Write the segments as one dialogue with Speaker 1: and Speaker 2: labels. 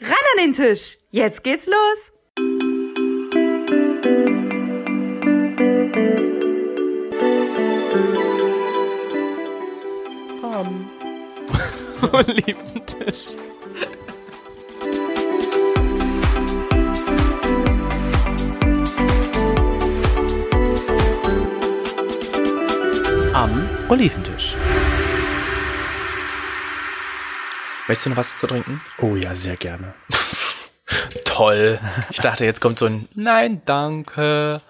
Speaker 1: an den Tisch. Jetzt geht's los.
Speaker 2: und lieben Tisch. Am Oliventisch. Möchtest du noch was zu trinken?
Speaker 3: Oh ja, sehr gerne.
Speaker 2: Toll. Ich dachte, jetzt kommt so ein Nein, danke.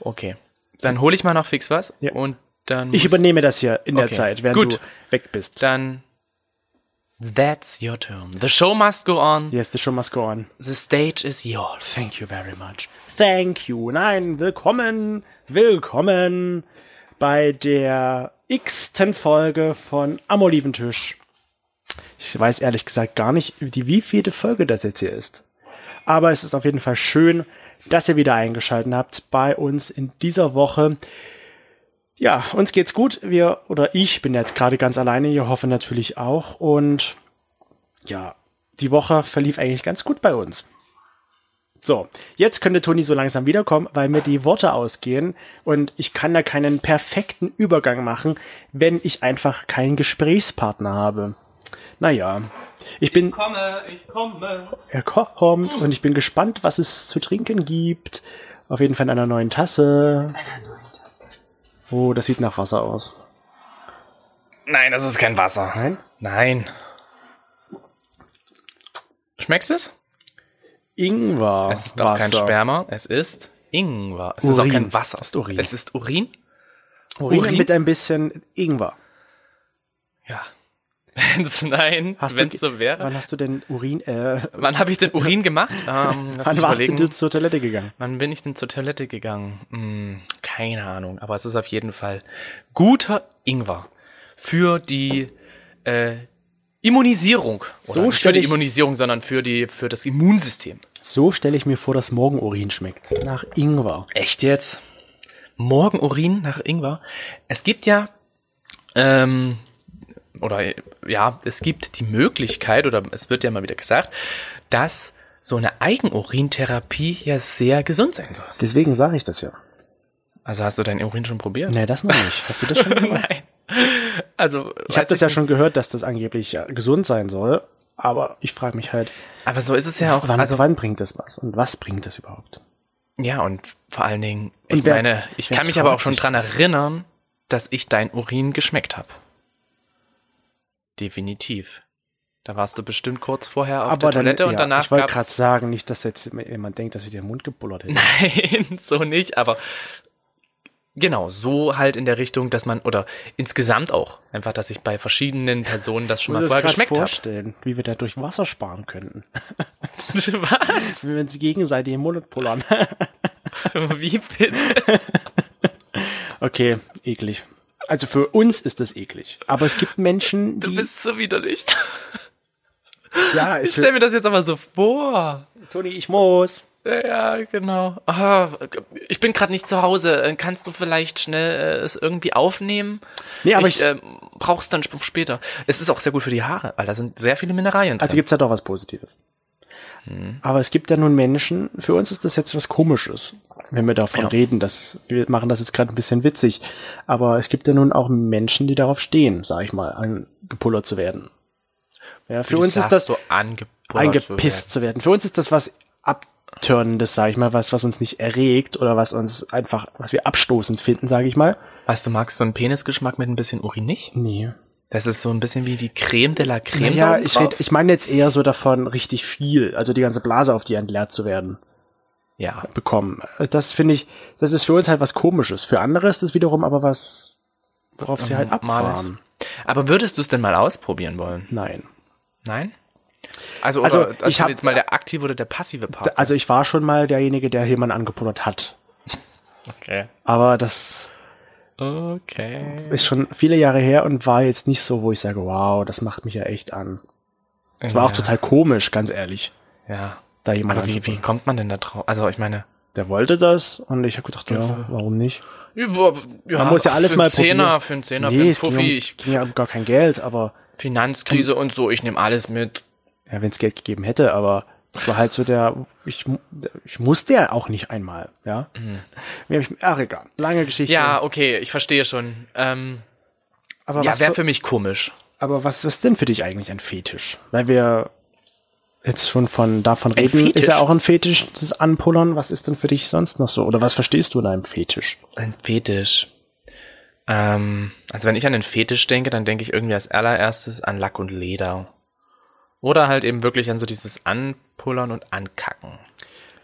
Speaker 2: Okay. Dann hole ich mal noch fix was
Speaker 3: Ja.
Speaker 2: und dann
Speaker 3: Ich
Speaker 2: musst-
Speaker 3: übernehme das hier in der
Speaker 2: Okay,
Speaker 3: Zeit, während
Speaker 2: gut.
Speaker 3: du weg bist.
Speaker 2: dann That's your turn. The show must go on.
Speaker 3: Yes, the show must go on.
Speaker 2: The stage is yours.
Speaker 3: Thank you very much. Thank you. Nein, willkommen, willkommen bei der x-ten Folge von Am Oliventisch. Ich weiß ehrlich gesagt gar nicht, die wievielte Folge das jetzt hier ist. Aber es ist auf jeden Fall schön, dass ihr wieder eingeschaltet habt bei uns in dieser Woche. Ja, uns geht's gut. Wir oder ich bin jetzt gerade ganz alleine. Ihr hoffe natürlich auch. Und ja, die Woche verlief eigentlich ganz gut bei uns. So, jetzt könnte Toni so langsam wiederkommen, weil mir die Worte ausgehen und ich kann da keinen perfekten Übergang machen, wenn ich einfach keinen Gesprächspartner habe. Naja, ich bin. Ich komme, ich komme. Er kommt und ich bin gespannt, was es zu trinken gibt. Auf jeden Fall in einer neuen Tasse. Oh, das sieht nach Wasser aus.
Speaker 2: Nein, das ist kein Wasser.
Speaker 3: Nein?
Speaker 2: Nein. Schmeckst es?
Speaker 3: Ingwer.
Speaker 2: Es ist auch kein Sperma, es ist Ingwer. Es ist auch
Speaker 3: Urin.
Speaker 2: kein Wasser.
Speaker 3: Es ist Urin.
Speaker 2: Es ist Urin?
Speaker 3: Urin,
Speaker 2: Urin?
Speaker 3: mit ein bisschen Ingwer.
Speaker 2: Ja. Wenn's nein,
Speaker 3: Hast du
Speaker 2: wenn's
Speaker 3: ge-
Speaker 2: so wäre.
Speaker 3: Wann hast du denn Urin, äh,
Speaker 2: Wann habe ich denn Urin gemacht? Ähm, lass
Speaker 3: wann
Speaker 2: mich
Speaker 3: warst denn
Speaker 2: überlegen.
Speaker 3: du zur Toilette gegangen?
Speaker 2: Wann bin ich denn zur Toilette gegangen? Hm, keine Ahnung, aber es ist auf jeden Fall guter Ingwer für die äh, Immunisierung.
Speaker 3: So
Speaker 2: nicht für
Speaker 3: stell
Speaker 2: die
Speaker 3: ich-
Speaker 2: Immunisierung, sondern für die für das Immunsystem.
Speaker 3: So stelle ich mir vor, dass morgen Urin schmeckt. Nach Ingwer.
Speaker 2: Echt jetzt? Morgenurin nach Ingwer. Es gibt ja, ähm, oder äh, ja, es gibt die Möglichkeit, oder es wird ja mal wieder gesagt, dass so eine Eigenurintherapie ja sehr gesund sein soll.
Speaker 3: Deswegen sage ich das ja.
Speaker 2: Also hast du deinen Urin schon probiert?
Speaker 3: Nee, das noch nicht. Hast du das schon gemacht?
Speaker 2: Nein. Also,
Speaker 3: Ich habe
Speaker 2: weiß
Speaker 3: das ja schon gehört, dass das angeblich ja, gesund sein soll. Aber ich frage mich halt,
Speaker 2: nicht. aber so ist es ja auch.
Speaker 3: wann,
Speaker 2: also,
Speaker 3: wann bringt das was? Und was bringt das überhaupt?
Speaker 2: ja, und vor allen Dingen, ich
Speaker 3: Und wer-
Speaker 2: meine, ich
Speaker 3: wer
Speaker 2: kann mich aber
Speaker 3: traut
Speaker 2: auch schon
Speaker 3: sich
Speaker 2: dran erinnern, dass ich dein Urin geschmeckt habe. Definitiv. Da warst du bestimmt kurz vorher auf
Speaker 3: aber
Speaker 2: der Toilette
Speaker 3: dann,
Speaker 2: und
Speaker 3: ja,
Speaker 2: danach
Speaker 3: ich wollte
Speaker 2: gab's-
Speaker 3: gerade sagen, nicht, dass jetzt jemand denkt, dass ich dir den Mund gebullert hätte.
Speaker 2: Nein, so nicht, aber genau, so halt in der Richtung, dass man, oder insgesamt auch, einfach, dass ich bei verschiedenen Personen das schon
Speaker 3: Ich
Speaker 2: mal
Speaker 3: muss mir
Speaker 2: vorher
Speaker 3: das
Speaker 2: geschmeckt
Speaker 3: gerade
Speaker 2: habe.
Speaker 3: vorstellen, wie wir dadurch Wasser sparen könnten.
Speaker 2: Was?
Speaker 3: Wenn wir uns gegenseitig im Mund pullern.
Speaker 2: Wie bitte?
Speaker 3: Okay, eklig. Also für uns ist das eklig. Aber es gibt Menschen, die...
Speaker 2: Du bist so widerlich.
Speaker 3: ja,
Speaker 2: Ich stell mir das jetzt aber so vor.
Speaker 3: Toni, ich muss.
Speaker 2: Ja, genau. Ah, ich bin gerade nicht zu Hause. Äh, Kannst du vielleicht schnell äh, es irgendwie aufnehmen?
Speaker 3: Nee, aber ich-
Speaker 2: ich ähm, brauch's dann sp- später. Es ist auch sehr gut für die Haare, weil da sind sehr viele Mineralien
Speaker 3: Also
Speaker 2: drin.
Speaker 3: gibt's da doch was Positives. Aber es gibt ja nun Menschen, für uns ist das jetzt was Komisches, wenn wir davon reden, dass wir machen das jetzt gerade ein bisschen witzig. Aber es gibt ja nun auch Menschen, die darauf stehen, sag ich mal, angepullert zu werden. Ja, für
Speaker 2: Du
Speaker 3: uns ist
Speaker 2: sagst
Speaker 3: das
Speaker 2: so angepisst.
Speaker 3: eingepisst zu werden. Für uns ist das was Abtörnendes, sag ich mal, was, was uns nicht erregt oder was uns einfach, was wir abstoßend finden, sag ich mal.
Speaker 2: Weißt du, magst so einen Penisgeschmack mit ein bisschen Urin nicht?
Speaker 3: Nee.
Speaker 2: Das ist so ein bisschen wie die Creme de la Creme. da
Speaker 3: Ja,
Speaker 2: oben
Speaker 3: ich,
Speaker 2: drauf.
Speaker 3: red, ich meine jetzt eher so davon, richtig viel, also die ganze Blase auf die entleert zu werden.
Speaker 2: Ja,
Speaker 3: bekommen. Das finde ich, das ist für uns halt was Komisches. Für andere ist es wiederum aber was, worauf sie halt abfahren.
Speaker 2: Males. Aber würdest du es denn mal ausprobieren wollen?
Speaker 3: Nein.
Speaker 2: Nein? Also,
Speaker 3: Also,
Speaker 2: oder,
Speaker 3: ich hab-
Speaker 2: jetzt mal der aktive oder der passive Part.
Speaker 3: Also ich war schon mal derjenige, der jemanden angepullert hat.
Speaker 2: okay.
Speaker 3: Aber das
Speaker 2: Okay.
Speaker 3: ist schon viele Jahre her und war jetzt nicht so, wo ich sage, wow, das macht mich ja echt an. Es war auch
Speaker 2: Ja.
Speaker 3: total komisch, ganz ehrlich,
Speaker 2: Ja.
Speaker 3: da jemand
Speaker 2: Aber wie, wie
Speaker 3: anzupullern.
Speaker 2: kommt man denn da drauf? Also ich meine,
Speaker 3: Der wollte das und ich habe gedacht, ja, warum nicht?
Speaker 2: über, ja,
Speaker 3: Man muss ja alles
Speaker 2: für
Speaker 3: mal
Speaker 2: einen Zehner,
Speaker 3: probieren.
Speaker 2: für einen Zehner,
Speaker 3: nee, es
Speaker 2: für einen
Speaker 3: ging,
Speaker 2: Puffi,
Speaker 3: um,
Speaker 2: ich,
Speaker 3: ging ja um gar kein Geld, aber
Speaker 2: Finanzkrise und so, ich nehme alles mit.
Speaker 3: ja, wenn es Geld gegeben hätte, aber Das war halt so der, ich, ich musste ja auch nicht einmal, ja. Mir hab ich, ach egal, lange Geschichte.
Speaker 2: Mhm. Ja, okay, ich verstehe schon. Ähm,
Speaker 3: aber
Speaker 2: ja,
Speaker 3: was
Speaker 2: wäre
Speaker 3: für,
Speaker 2: für mich komisch.
Speaker 3: aber was ist denn für dich eigentlich ein Fetisch? Weil wir jetzt schon von davon reden,
Speaker 2: Fetisch?
Speaker 3: ist ja auch ein Fetisch, das Anpullern. Was ist denn für dich sonst noch so? Oder was verstehst du in einem Fetisch?
Speaker 2: Ein Fetisch. Ähm, also wenn ich an den Fetisch denke, dann denke ich irgendwie als allererstes an Lack und Leder. Oder halt eben wirklich an so dieses Anpullern und Ankacken.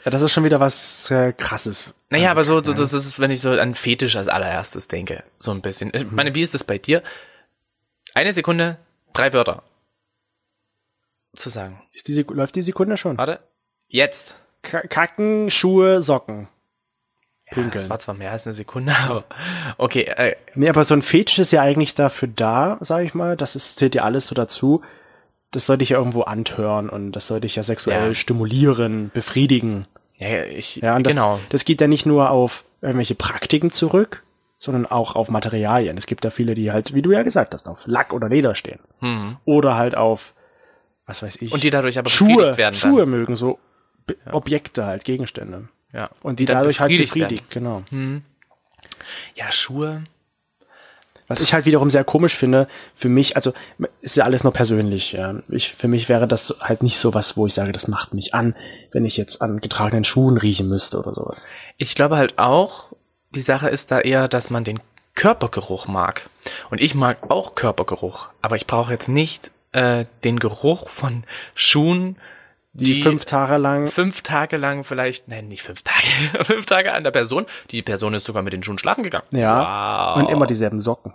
Speaker 3: Ja, das ist schon wieder was äh, krasses.
Speaker 2: Naja, aber so, so, das ist, wenn ich so an Fetisch als allererstes denke, so ein bisschen. Ich
Speaker 3: Mhm.
Speaker 2: meine, wie ist das bei dir? Eine Sekunde, drei Wörter. Zu sagen.
Speaker 3: Ist die, Sek- läuft die Sekunde schon?
Speaker 2: Warte. Jetzt.
Speaker 3: K Kacken, Schuhe, Socken. Pinkeln.
Speaker 2: Das war zwar mehr als eine Sekunde, aber okay, äh,
Speaker 3: Nee, aber so ein Fetisch ist ja eigentlich dafür da, sag ich mal. Das ist, zählt ja alles so dazu. Das sollte ich ja irgendwo antören und das sollte ich ja sexuell
Speaker 2: Ja.
Speaker 3: stimulieren, befriedigen.
Speaker 2: ja, ich,
Speaker 3: Ja, und das,
Speaker 2: genau.
Speaker 3: das geht ja nicht nur auf irgendwelche Praktiken zurück, sondern auch auf Materialien. Es gibt da viele, die halt, wie du ja gesagt hast, auf Lack oder Leder stehen. Oder halt auf, was weiß ich.
Speaker 2: Hm. Und die dadurch aber
Speaker 3: Schuhe,
Speaker 2: befriedigt werden dann.
Speaker 3: Schuhe mögen, so Be- Objekte halt, Gegenstände.
Speaker 2: Ja.
Speaker 3: Und die,
Speaker 2: dann
Speaker 3: dadurch halt
Speaker 2: werden.
Speaker 3: befriedigt, genau.
Speaker 2: Ja, Schuhe.
Speaker 3: Was ich halt wiederum sehr komisch finde, für mich, also ist ja alles nur persönlich. Ja. Ich, für mich wäre das halt nicht so was, wo ich sage, das macht mich an, wenn ich jetzt an getragenen Schuhen riechen müsste oder sowas.
Speaker 2: Ich glaube halt auch, die Sache ist da eher, dass man den Körpergeruch mag. Und ich mag auch Körpergeruch, aber ich brauche jetzt nicht äh, den Geruch von Schuhen,
Speaker 3: Die, fünf Tage lang.
Speaker 2: fünf Tage lang vielleicht, nein, nicht fünf Tage, fünf Tage an der Person. Die Person ist sogar mit den Schuhen schlafen gegangen.
Speaker 3: Ja.
Speaker 2: Wow.
Speaker 3: Und immer dieselben Socken.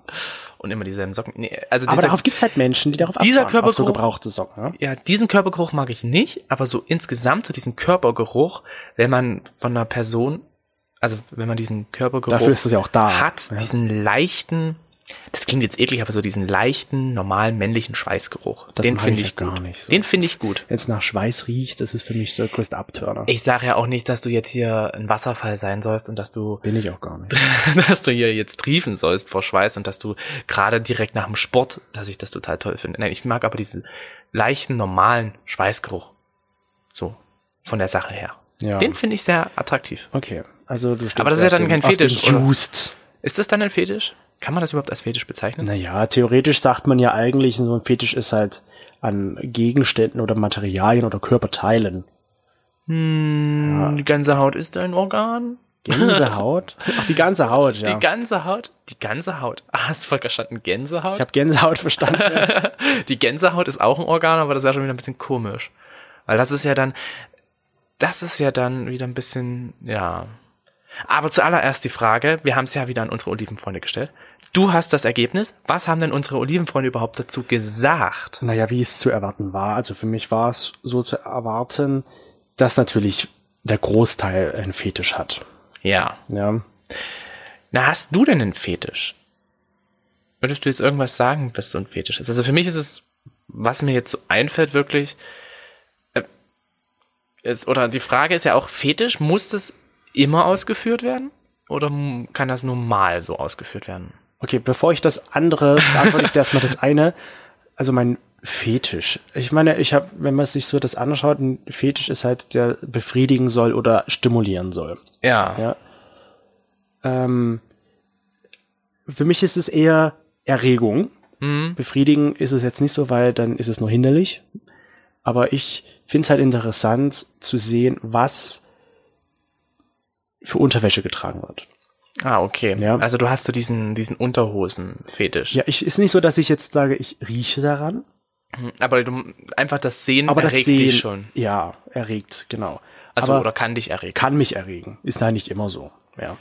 Speaker 2: Und immer dieselben Socken. Nee, also
Speaker 3: Aber
Speaker 2: dieser,
Speaker 3: darauf gibt's halt Menschen, die darauf
Speaker 2: Dieser
Speaker 3: abfahren, auf so
Speaker 2: Körpergeruch-
Speaker 3: gebrauchte Socken. Ja?
Speaker 2: ja, diesen Körpergeruch mag ich nicht, aber so insgesamt so diesen Körpergeruch, wenn man von einer Person, also wenn man diesen Körpergeruch
Speaker 3: Dafür ist es ja auch da.
Speaker 2: hat,
Speaker 3: Ja.
Speaker 2: diesen leichten, das klingt jetzt eklig, aber so diesen leichten, normalen männlichen Schweißgeruch.
Speaker 3: Das
Speaker 2: den
Speaker 3: mag
Speaker 2: finde
Speaker 3: ich
Speaker 2: ich,
Speaker 3: ja
Speaker 2: gut.
Speaker 3: gar nicht so.
Speaker 2: Den finde ich gut.
Speaker 3: Wenn nach Schweiß riecht, das ist für mich so der größte Abtörner.
Speaker 2: Ich sage ja auch nicht, dass du jetzt hier ein Wasserfall sein sollst und dass du
Speaker 3: Bin ich auch gar nicht.
Speaker 2: dass du hier jetzt triefen sollst vor Schweiß und dass du gerade direkt nach dem Sport, dass ich das total toll finde. Nein, ich mag aber diesen leichten, normalen Schweißgeruch. So, von der Sache her.
Speaker 3: Ja.
Speaker 2: Den finde ich sehr attraktiv.
Speaker 3: Okay. Also du stehst
Speaker 2: Aber das ist ja
Speaker 3: auf
Speaker 2: dann kein
Speaker 3: den,
Speaker 2: Fetisch,
Speaker 3: Auf den
Speaker 2: oder?
Speaker 3: Juiced.
Speaker 2: Ist das dann ein Fetisch? Kann man das überhaupt als Fetisch bezeichnen?
Speaker 3: Naja, theoretisch sagt man ja eigentlich, so ein Fetisch ist halt an Gegenständen oder Materialien oder Körperteilen.
Speaker 2: Hm, Die ganze Haut ist ein Organ.
Speaker 3: Gänsehaut? Ach, die ganze Haut, ja.
Speaker 2: Die ganze Haut? Die ganze Haut. Ah, hast du voll verstanden? Gänsehaut?
Speaker 3: ich habe Gänsehaut verstanden.
Speaker 2: Die Gänsehaut ist auch ein Organ, aber das wäre schon wieder ein bisschen komisch. Weil das ist ja dann, das ist ja dann wieder ein bisschen, ja. Aber zuallererst die Frage, wir haben es ja wieder an unsere Olivenfreunde gestellt. Du hast das Ergebnis. Was haben denn unsere Olivenfreunde überhaupt dazu gesagt?
Speaker 3: naja, wie es zu erwarten war. Also für mich war es so zu erwarten, dass natürlich der Großteil einen Fetisch hat.
Speaker 2: Ja.
Speaker 3: Ja.
Speaker 2: Na, hast du denn einen Fetisch? Würdest du jetzt irgendwas sagen, was so ein Fetisch ist? Also für mich ist es, was mir jetzt so einfällt, wirklich. äh, Ist, oder die Frage ist ja auch, Fetisch, muss das immer ausgeführt werden? Oder m- kann das nur mal so ausgeführt werden?
Speaker 3: Okay, bevor ich das andere beantworte, ich erstmal das eine. Also mein Fetisch. Ich meine, ich habe, wenn man sich so das anschaut, ein Fetisch ist halt, der befriedigen soll oder stimulieren soll.
Speaker 2: Ja.
Speaker 3: Ja. Ähm, für mich ist es eher Erregung.
Speaker 2: Hm?
Speaker 3: Befriedigen ist es jetzt nicht so, weil dann ist es nur hinderlich. Aber ich finde es halt interessant zu sehen, was für Unterwäsche getragen wird.
Speaker 2: Ah, okay.
Speaker 3: Ja.
Speaker 2: Also du hast so diesen, diesen Unterhosen-Fetisch.
Speaker 3: Ja, ich ist nicht so, dass ich jetzt sage, ich rieche daran,
Speaker 2: Aber du, einfach das Sehen
Speaker 3: aber
Speaker 2: erregt
Speaker 3: das Sehen,
Speaker 2: dich schon.
Speaker 3: ja, erregt, genau.
Speaker 2: Also,
Speaker 3: aber
Speaker 2: oder kann dich erregen.
Speaker 3: kann mich erregen. Ist halt nicht immer so. Ja.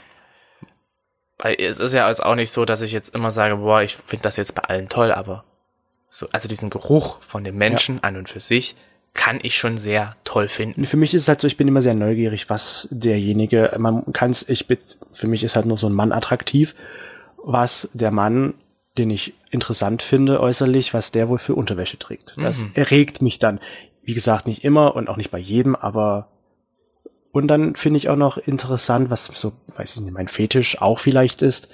Speaker 2: Weil es ist ja jetzt auch nicht so, dass ich jetzt immer sage, boah, ich finde das jetzt bei allen toll, aber so, also diesen Geruch von dem Menschen an und für sich kann ich schon sehr toll finden.
Speaker 3: Für mich ist es halt so, ich bin immer sehr neugierig, was derjenige, man kann es, ich bin, für mich ist halt nur so ein Mann attraktiv, was der Mann, den ich interessant finde äußerlich, was der wohl für Unterwäsche trägt. Das erregt mich dann. Wie gesagt, nicht immer und auch nicht bei jedem, aber und dann finde ich auch noch interessant, was so, weiß ich nicht, mein Fetisch auch vielleicht ist.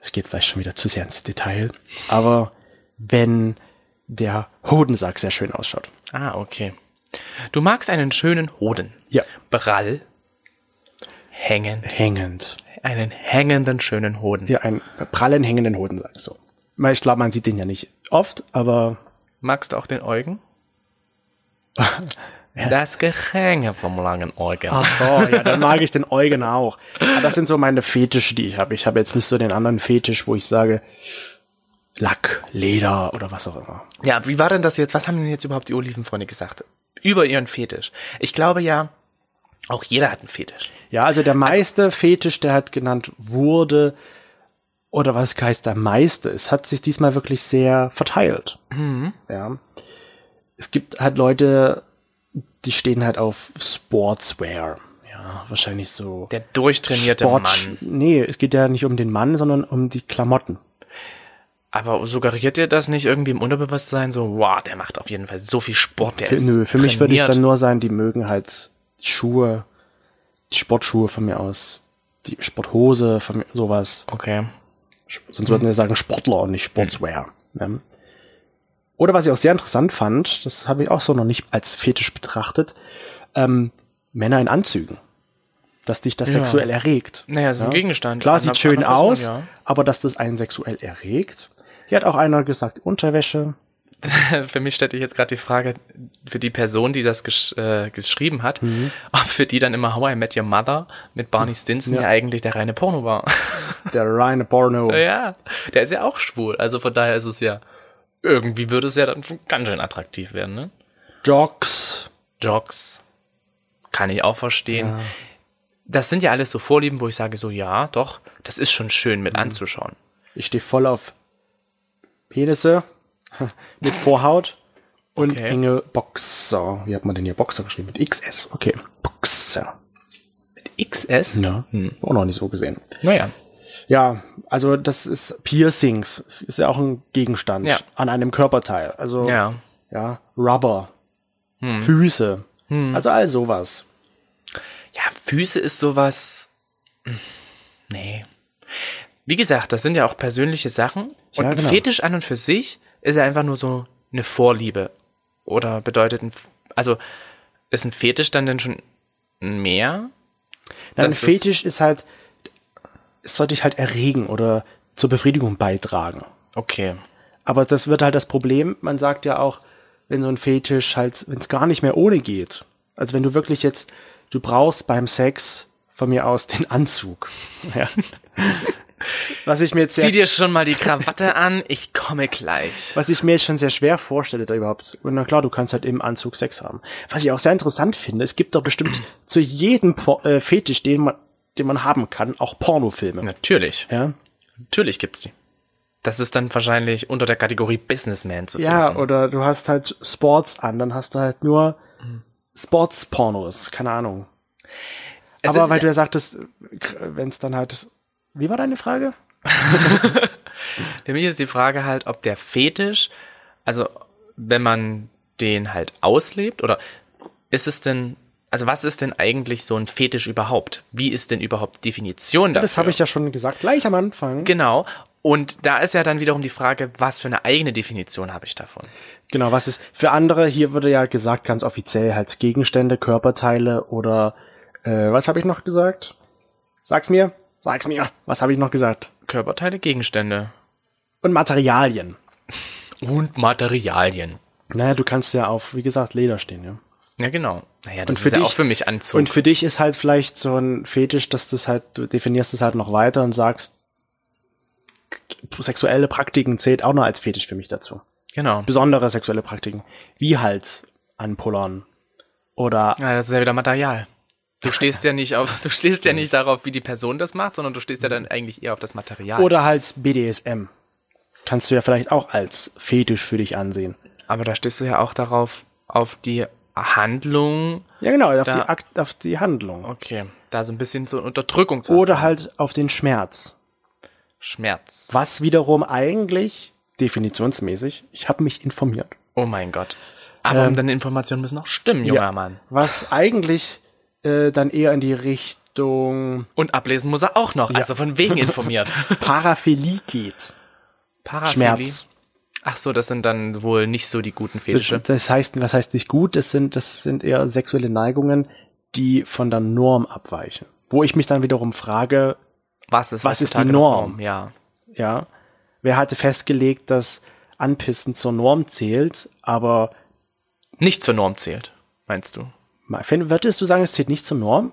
Speaker 3: Es geht vielleicht schon wieder zu sehr ins Detail, aber wenn der Hodensack sehr schön ausschaut.
Speaker 2: Ah, okay. Du magst einen schönen Hoden.
Speaker 3: Ja.
Speaker 2: Brall. Hängend.
Speaker 3: Hängend.
Speaker 2: Einen hängenden schönen Hoden.
Speaker 3: Ja, einen prallen hängenden Hoden, sag ich so. Weil Ich glaube, man sieht den ja nicht oft, aber
Speaker 2: Magst du auch den Eugen? das Gehänge vom langen Eugen.
Speaker 3: Ach so, ja, dann mag ich den Eugen auch. Aber das sind so meine Fetische, die ich habe. Ich habe jetzt nicht so den anderen Fetisch, wo ich sage Lack, Leder oder was auch immer.
Speaker 2: Ja, wie war denn das jetzt? Was haben denn jetzt überhaupt die Olivenfreunde gesagt? Über ihren Fetisch. Ich glaube ja, auch jeder hat einen Fetisch.
Speaker 3: Ja, also der meiste Fetisch, der halt genannt wurde, oder was heißt der meiste? Es hat sich diesmal wirklich sehr verteilt. Ja. Es gibt halt Leute, die stehen halt auf Sportswear. Ja, wahrscheinlich so.
Speaker 2: Der durchtrainierte
Speaker 3: Sport-
Speaker 2: Mann.
Speaker 3: Nee, es geht ja nicht um den Mann, sondern um die Klamotten.
Speaker 2: Aber suggeriert dir das nicht irgendwie im Unterbewusstsein so, wow, der macht auf jeden Fall so viel Sport, der
Speaker 3: Für,
Speaker 2: ist
Speaker 3: nö, für mich würde ich
Speaker 2: trainiert.
Speaker 3: dann nur sein, die mögen halt die Schuhe, die Sportschuhe von mir aus, die Sporthose von mir, sowas.
Speaker 2: Okay.
Speaker 3: Sonst würden wir sagen Sportler und nicht Sportswear. Ne? Oder was ich auch sehr interessant fand, das habe ich auch so noch nicht als fetisch betrachtet, ähm, Männer in Anzügen. Dass dich das
Speaker 2: Ja.
Speaker 3: sexuell erregt.
Speaker 2: Naja, es ist ein Gegenstand.
Speaker 3: Klar,
Speaker 2: Einer-
Speaker 3: sieht schön
Speaker 2: einer Person,
Speaker 3: aus,
Speaker 2: ja.
Speaker 3: aber dass das einen sexuell erregt. Hier hat auch einer gesagt, Unterwäsche.
Speaker 2: Für mich stellt sich jetzt gerade die Frage, für die Person, die das gesch äh, geschrieben hat, ob für die dann immer How I Met Your Mother mit Barney Stinson ja,
Speaker 3: Mhm. Ja.
Speaker 2: eigentlich der reine Porno war.
Speaker 3: Der reine Porno.
Speaker 2: ja, der ist ja auch schwul. Also von daher ist es ja, irgendwie würde es ja dann schon ganz schön attraktiv werden, ne?
Speaker 3: Jocks.
Speaker 2: Jocks. Kann ich auch verstehen. Das sind ja alles so Vorlieben, wo ich sage so, ja, doch, das ist schon schön
Speaker 3: Mhm.
Speaker 2: mit anzuschauen.
Speaker 3: Ich stehe voll auf Penisse mit Vorhaut und
Speaker 2: Okay.
Speaker 3: enge Boxer. Wie hat man denn hier Boxer geschrieben? Mit XS. Okay. Boxer.
Speaker 2: XS?
Speaker 3: Ja. Auch noch nicht so gesehen.
Speaker 2: Naja.
Speaker 3: Ja, also das ist Piercings. Es ist ja auch ein Gegenstand
Speaker 2: Ja.
Speaker 3: an einem Körperteil. Also
Speaker 2: Ja. Hm.
Speaker 3: ja, Rubber, Füße. Also all sowas.
Speaker 2: Ja, Füße ist sowas. hm, Nee. Wie gesagt, das sind ja auch persönliche Sachen. Und
Speaker 3: Ja,
Speaker 2: ein
Speaker 3: genau.
Speaker 2: Fetisch an und für sich ist ja einfach nur so eine Vorliebe. Oder bedeutet ein. F- Also, ist ein Fetisch dann denn schon mehr?
Speaker 3: Nein,
Speaker 2: Das
Speaker 3: ein
Speaker 2: ist-
Speaker 3: Fetisch ist halt, es sollte dich halt erregen oder zur Befriedigung beitragen.
Speaker 2: Okay.
Speaker 3: Aber das wird halt das Problem. Man sagt ja auch, wenn so ein Fetisch halt, wenn es gar nicht mehr ohne geht. Also wenn du wirklich jetzt, du brauchst beim Sex von mir aus den Anzug. Ja. Was ich mir jetzt
Speaker 2: Zieh
Speaker 3: sehr,
Speaker 2: dir schon mal die Krawatte an, ich komme gleich.
Speaker 3: was ich mir jetzt schon sehr schwer vorstelle, da überhaupt. Und na klar, du kannst halt im Anzug Sex haben. Was ich auch sehr interessant finde, es gibt doch bestimmt zu jedem Por äh, Fetisch, den man, den man haben kann, auch Pornofilme.
Speaker 2: Natürlich.
Speaker 3: Ja.
Speaker 2: Natürlich gibt's die. Das ist dann wahrscheinlich unter der Kategorie Businessman zu finden.
Speaker 3: Ja, oder du hast halt Sports an, dann hast du halt nur
Speaker 2: Mhm.
Speaker 3: Sports-Pornos, keine Ahnung.
Speaker 2: Es
Speaker 3: Aber
Speaker 2: ist-
Speaker 3: weil du ja sagtest, wenn es dann halt. Wie war deine Frage?
Speaker 2: Für mich ist die Frage halt, ob der Fetisch, also wenn man den halt auslebt, oder ist es denn, also was ist denn eigentlich so ein Fetisch überhaupt? Wie ist denn überhaupt die Definition dafür?
Speaker 3: Das habe ich ja schon gesagt, gleich am Anfang.
Speaker 2: Genau. Und da ist ja dann wiederum die Frage, was für eine eigene Definition habe ich davon?
Speaker 3: genau, was ist. Für andere, hier wurde ja gesagt, ganz offiziell halt Gegenstände, Körperteile oder. Äh, was habe ich noch gesagt? Sag's mir, sag's mir. Was habe ich noch gesagt?
Speaker 2: Körperteile, Gegenstände
Speaker 3: Und Materialien.
Speaker 2: und Materialien.
Speaker 3: Naja, du kannst ja auf, wie gesagt, Leder stehen, ja.
Speaker 2: Ja, genau. Naja, das
Speaker 3: Und für
Speaker 2: ist ja
Speaker 3: dich-
Speaker 2: auch für mich Anzug.
Speaker 3: Und für dich ist halt vielleicht so ein Fetisch, dass das halt, du definierst es halt noch weiter und sagst, sexuelle Praktiken zählt auch noch als Fetisch für mich dazu.
Speaker 2: genau.
Speaker 3: Besondere sexuelle Praktiken. Wie halt anpullern. Oder,
Speaker 2: Ja, das ist ja wieder Material. Du stehst ja nicht auf, du stehst ja nicht darauf, wie die Person das macht, sondern du stehst ja dann eigentlich eher auf das Material.
Speaker 3: oder halt BDSM. Kannst du ja vielleicht auch als Fetisch für dich ansehen.
Speaker 2: Aber da stehst du ja auch darauf, auf die Handlung,
Speaker 3: Ja, genau, auf,
Speaker 2: Da- Oh,
Speaker 3: die, Akt, auf die Handlung.
Speaker 2: okay, da so ein bisschen so eine Unterdrückung zu
Speaker 3: Oder halt auf den Schmerz.
Speaker 2: Schmerz.
Speaker 3: Was wiederum eigentlich, definitionsmäßig, ich habe mich informiert.
Speaker 2: Oh mein Gott. Aber
Speaker 3: Ähm,
Speaker 2: deine Informationen müssen auch stimmen, junger Mann.
Speaker 3: Was eigentlich äh, dann eher in die Richtung
Speaker 2: Und ablesen muss er auch noch, also von wegen informiert.
Speaker 3: Paraphilie geht.
Speaker 2: Paraphilie.
Speaker 3: Schmerz.
Speaker 2: Ach so, das sind dann wohl nicht so die guten
Speaker 3: Das,
Speaker 2: Fetische.
Speaker 3: das heißt, was heißt nicht gut? Das sind, das sind eher sexuelle Neigungen, die von der Norm abweichen. Wo ich mich dann wiederum frage,
Speaker 2: Was ist,
Speaker 3: Was ist die
Speaker 2: heutzutage
Speaker 3: Norm?
Speaker 2: Ja.
Speaker 3: ja, wer hatte festgelegt, dass Anpissen zur Norm zählt, aber
Speaker 2: Nicht zur Norm zählt, meinst du?
Speaker 3: mal- find- würdest du sagen, es zählt nicht zur Norm?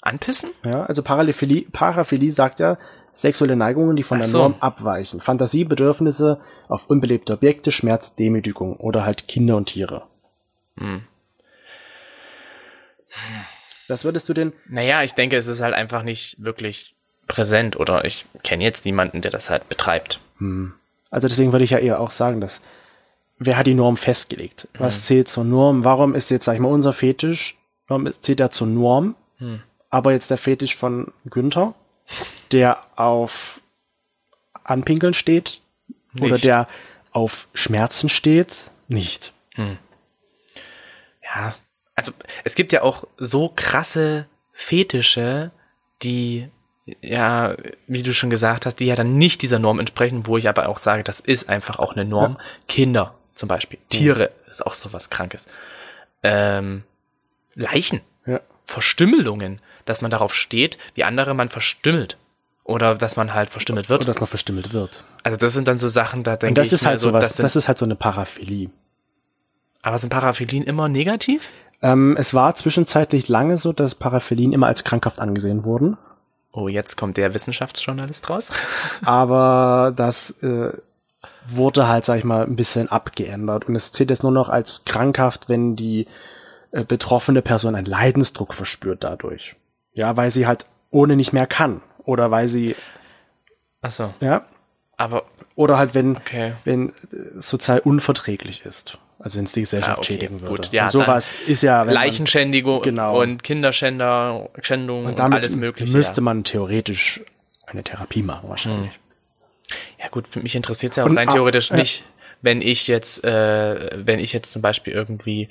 Speaker 2: Anpissen?
Speaker 3: Ja, also Paraphilie, Paraphilie sagt ja, sexuelle Neigungen, die von
Speaker 2: Ach
Speaker 3: der
Speaker 2: so.
Speaker 3: Norm abweichen. Fantasiebedürfnisse auf unbelebte Objekte, Schmerz, Demütigung oder halt Kinder und Tiere.
Speaker 2: Hm.
Speaker 3: Das würdest du den
Speaker 2: Naja, ich denke, es ist halt einfach nicht wirklich präsent oder ich kenne jetzt niemanden, der das halt betreibt.
Speaker 3: Also deswegen würde ich ja eher auch sagen, dass wer hat die Norm festgelegt?
Speaker 2: Mhm.
Speaker 3: Was zählt zur Norm? Warum ist jetzt, sag ich mal, unser Fetisch, warum ist- zählt er zur Norm?
Speaker 2: Mhm.
Speaker 3: Aber jetzt der Fetisch von Günther, der auf Anpinkeln steht oder
Speaker 2: Nicht.
Speaker 3: der auf Schmerzen steht, nicht.
Speaker 2: Ja. Also, es gibt ja auch so krasse Fetische, die, ja, wie du schon gesagt hast, die ja dann nicht dieser Norm entsprechen, wo ich aber auch sage, das ist einfach auch eine Norm. Kinder zum Beispiel. Tiere ist auch sowas Krankes. Ähm, Leichen.
Speaker 3: Ja.
Speaker 2: Verstümmelungen. Dass man darauf steht, wie andere man verstümmelt. Oder dass man halt verstümmelt wird.
Speaker 3: Oder dass man verstümmelt wird.
Speaker 2: Also das sind dann so Sachen, da denke
Speaker 3: Und das
Speaker 2: ich
Speaker 3: ist
Speaker 2: mir
Speaker 3: halt
Speaker 2: so,
Speaker 3: sowas,
Speaker 2: das
Speaker 3: das,
Speaker 2: sind,
Speaker 3: ist halt so eine Paraphilie.
Speaker 2: aber sind Paraphilien immer negativ?
Speaker 3: Ähm, es war zwischenzeitlich lange so, dass Paraphilien immer als krankhaft angesehen wurden.
Speaker 2: Oh, jetzt kommt der Wissenschaftsjournalist raus.
Speaker 3: aber das äh, wurde halt, sag ich mal, ein bisschen abgeändert. Und es zählt jetzt nur noch als krankhaft, wenn die äh, betroffene Person einen Leidensdruck verspürt dadurch. Ja, weil sie halt ohne nicht mehr kann. Oder weil sie,
Speaker 2: Ach so,
Speaker 3: ja,
Speaker 2: aber ah,
Speaker 3: oder halt wenn,
Speaker 2: Okay.
Speaker 3: wenn äh, es sozial unverträglich ist. Also wenn es die
Speaker 2: Ah,
Speaker 3: Gesellschaft
Speaker 2: okay,
Speaker 3: schädigen würde.
Speaker 2: gut, ja,
Speaker 3: und sowas ist ja, wenn
Speaker 2: Leichenschändigung
Speaker 3: Genau.
Speaker 2: und Kinderschänder, Schändung und,
Speaker 3: man, damit
Speaker 2: alles mögliche. ja.
Speaker 3: müsste man theoretisch eine Therapie machen wahrscheinlich.
Speaker 2: ja gut, für mich interessiert's ja auch
Speaker 3: Und
Speaker 2: rein
Speaker 3: ab-
Speaker 2: theoretisch
Speaker 3: ja.
Speaker 2: nicht, wenn ich jetzt, äh, wenn ich jetzt zum Beispiel irgendwie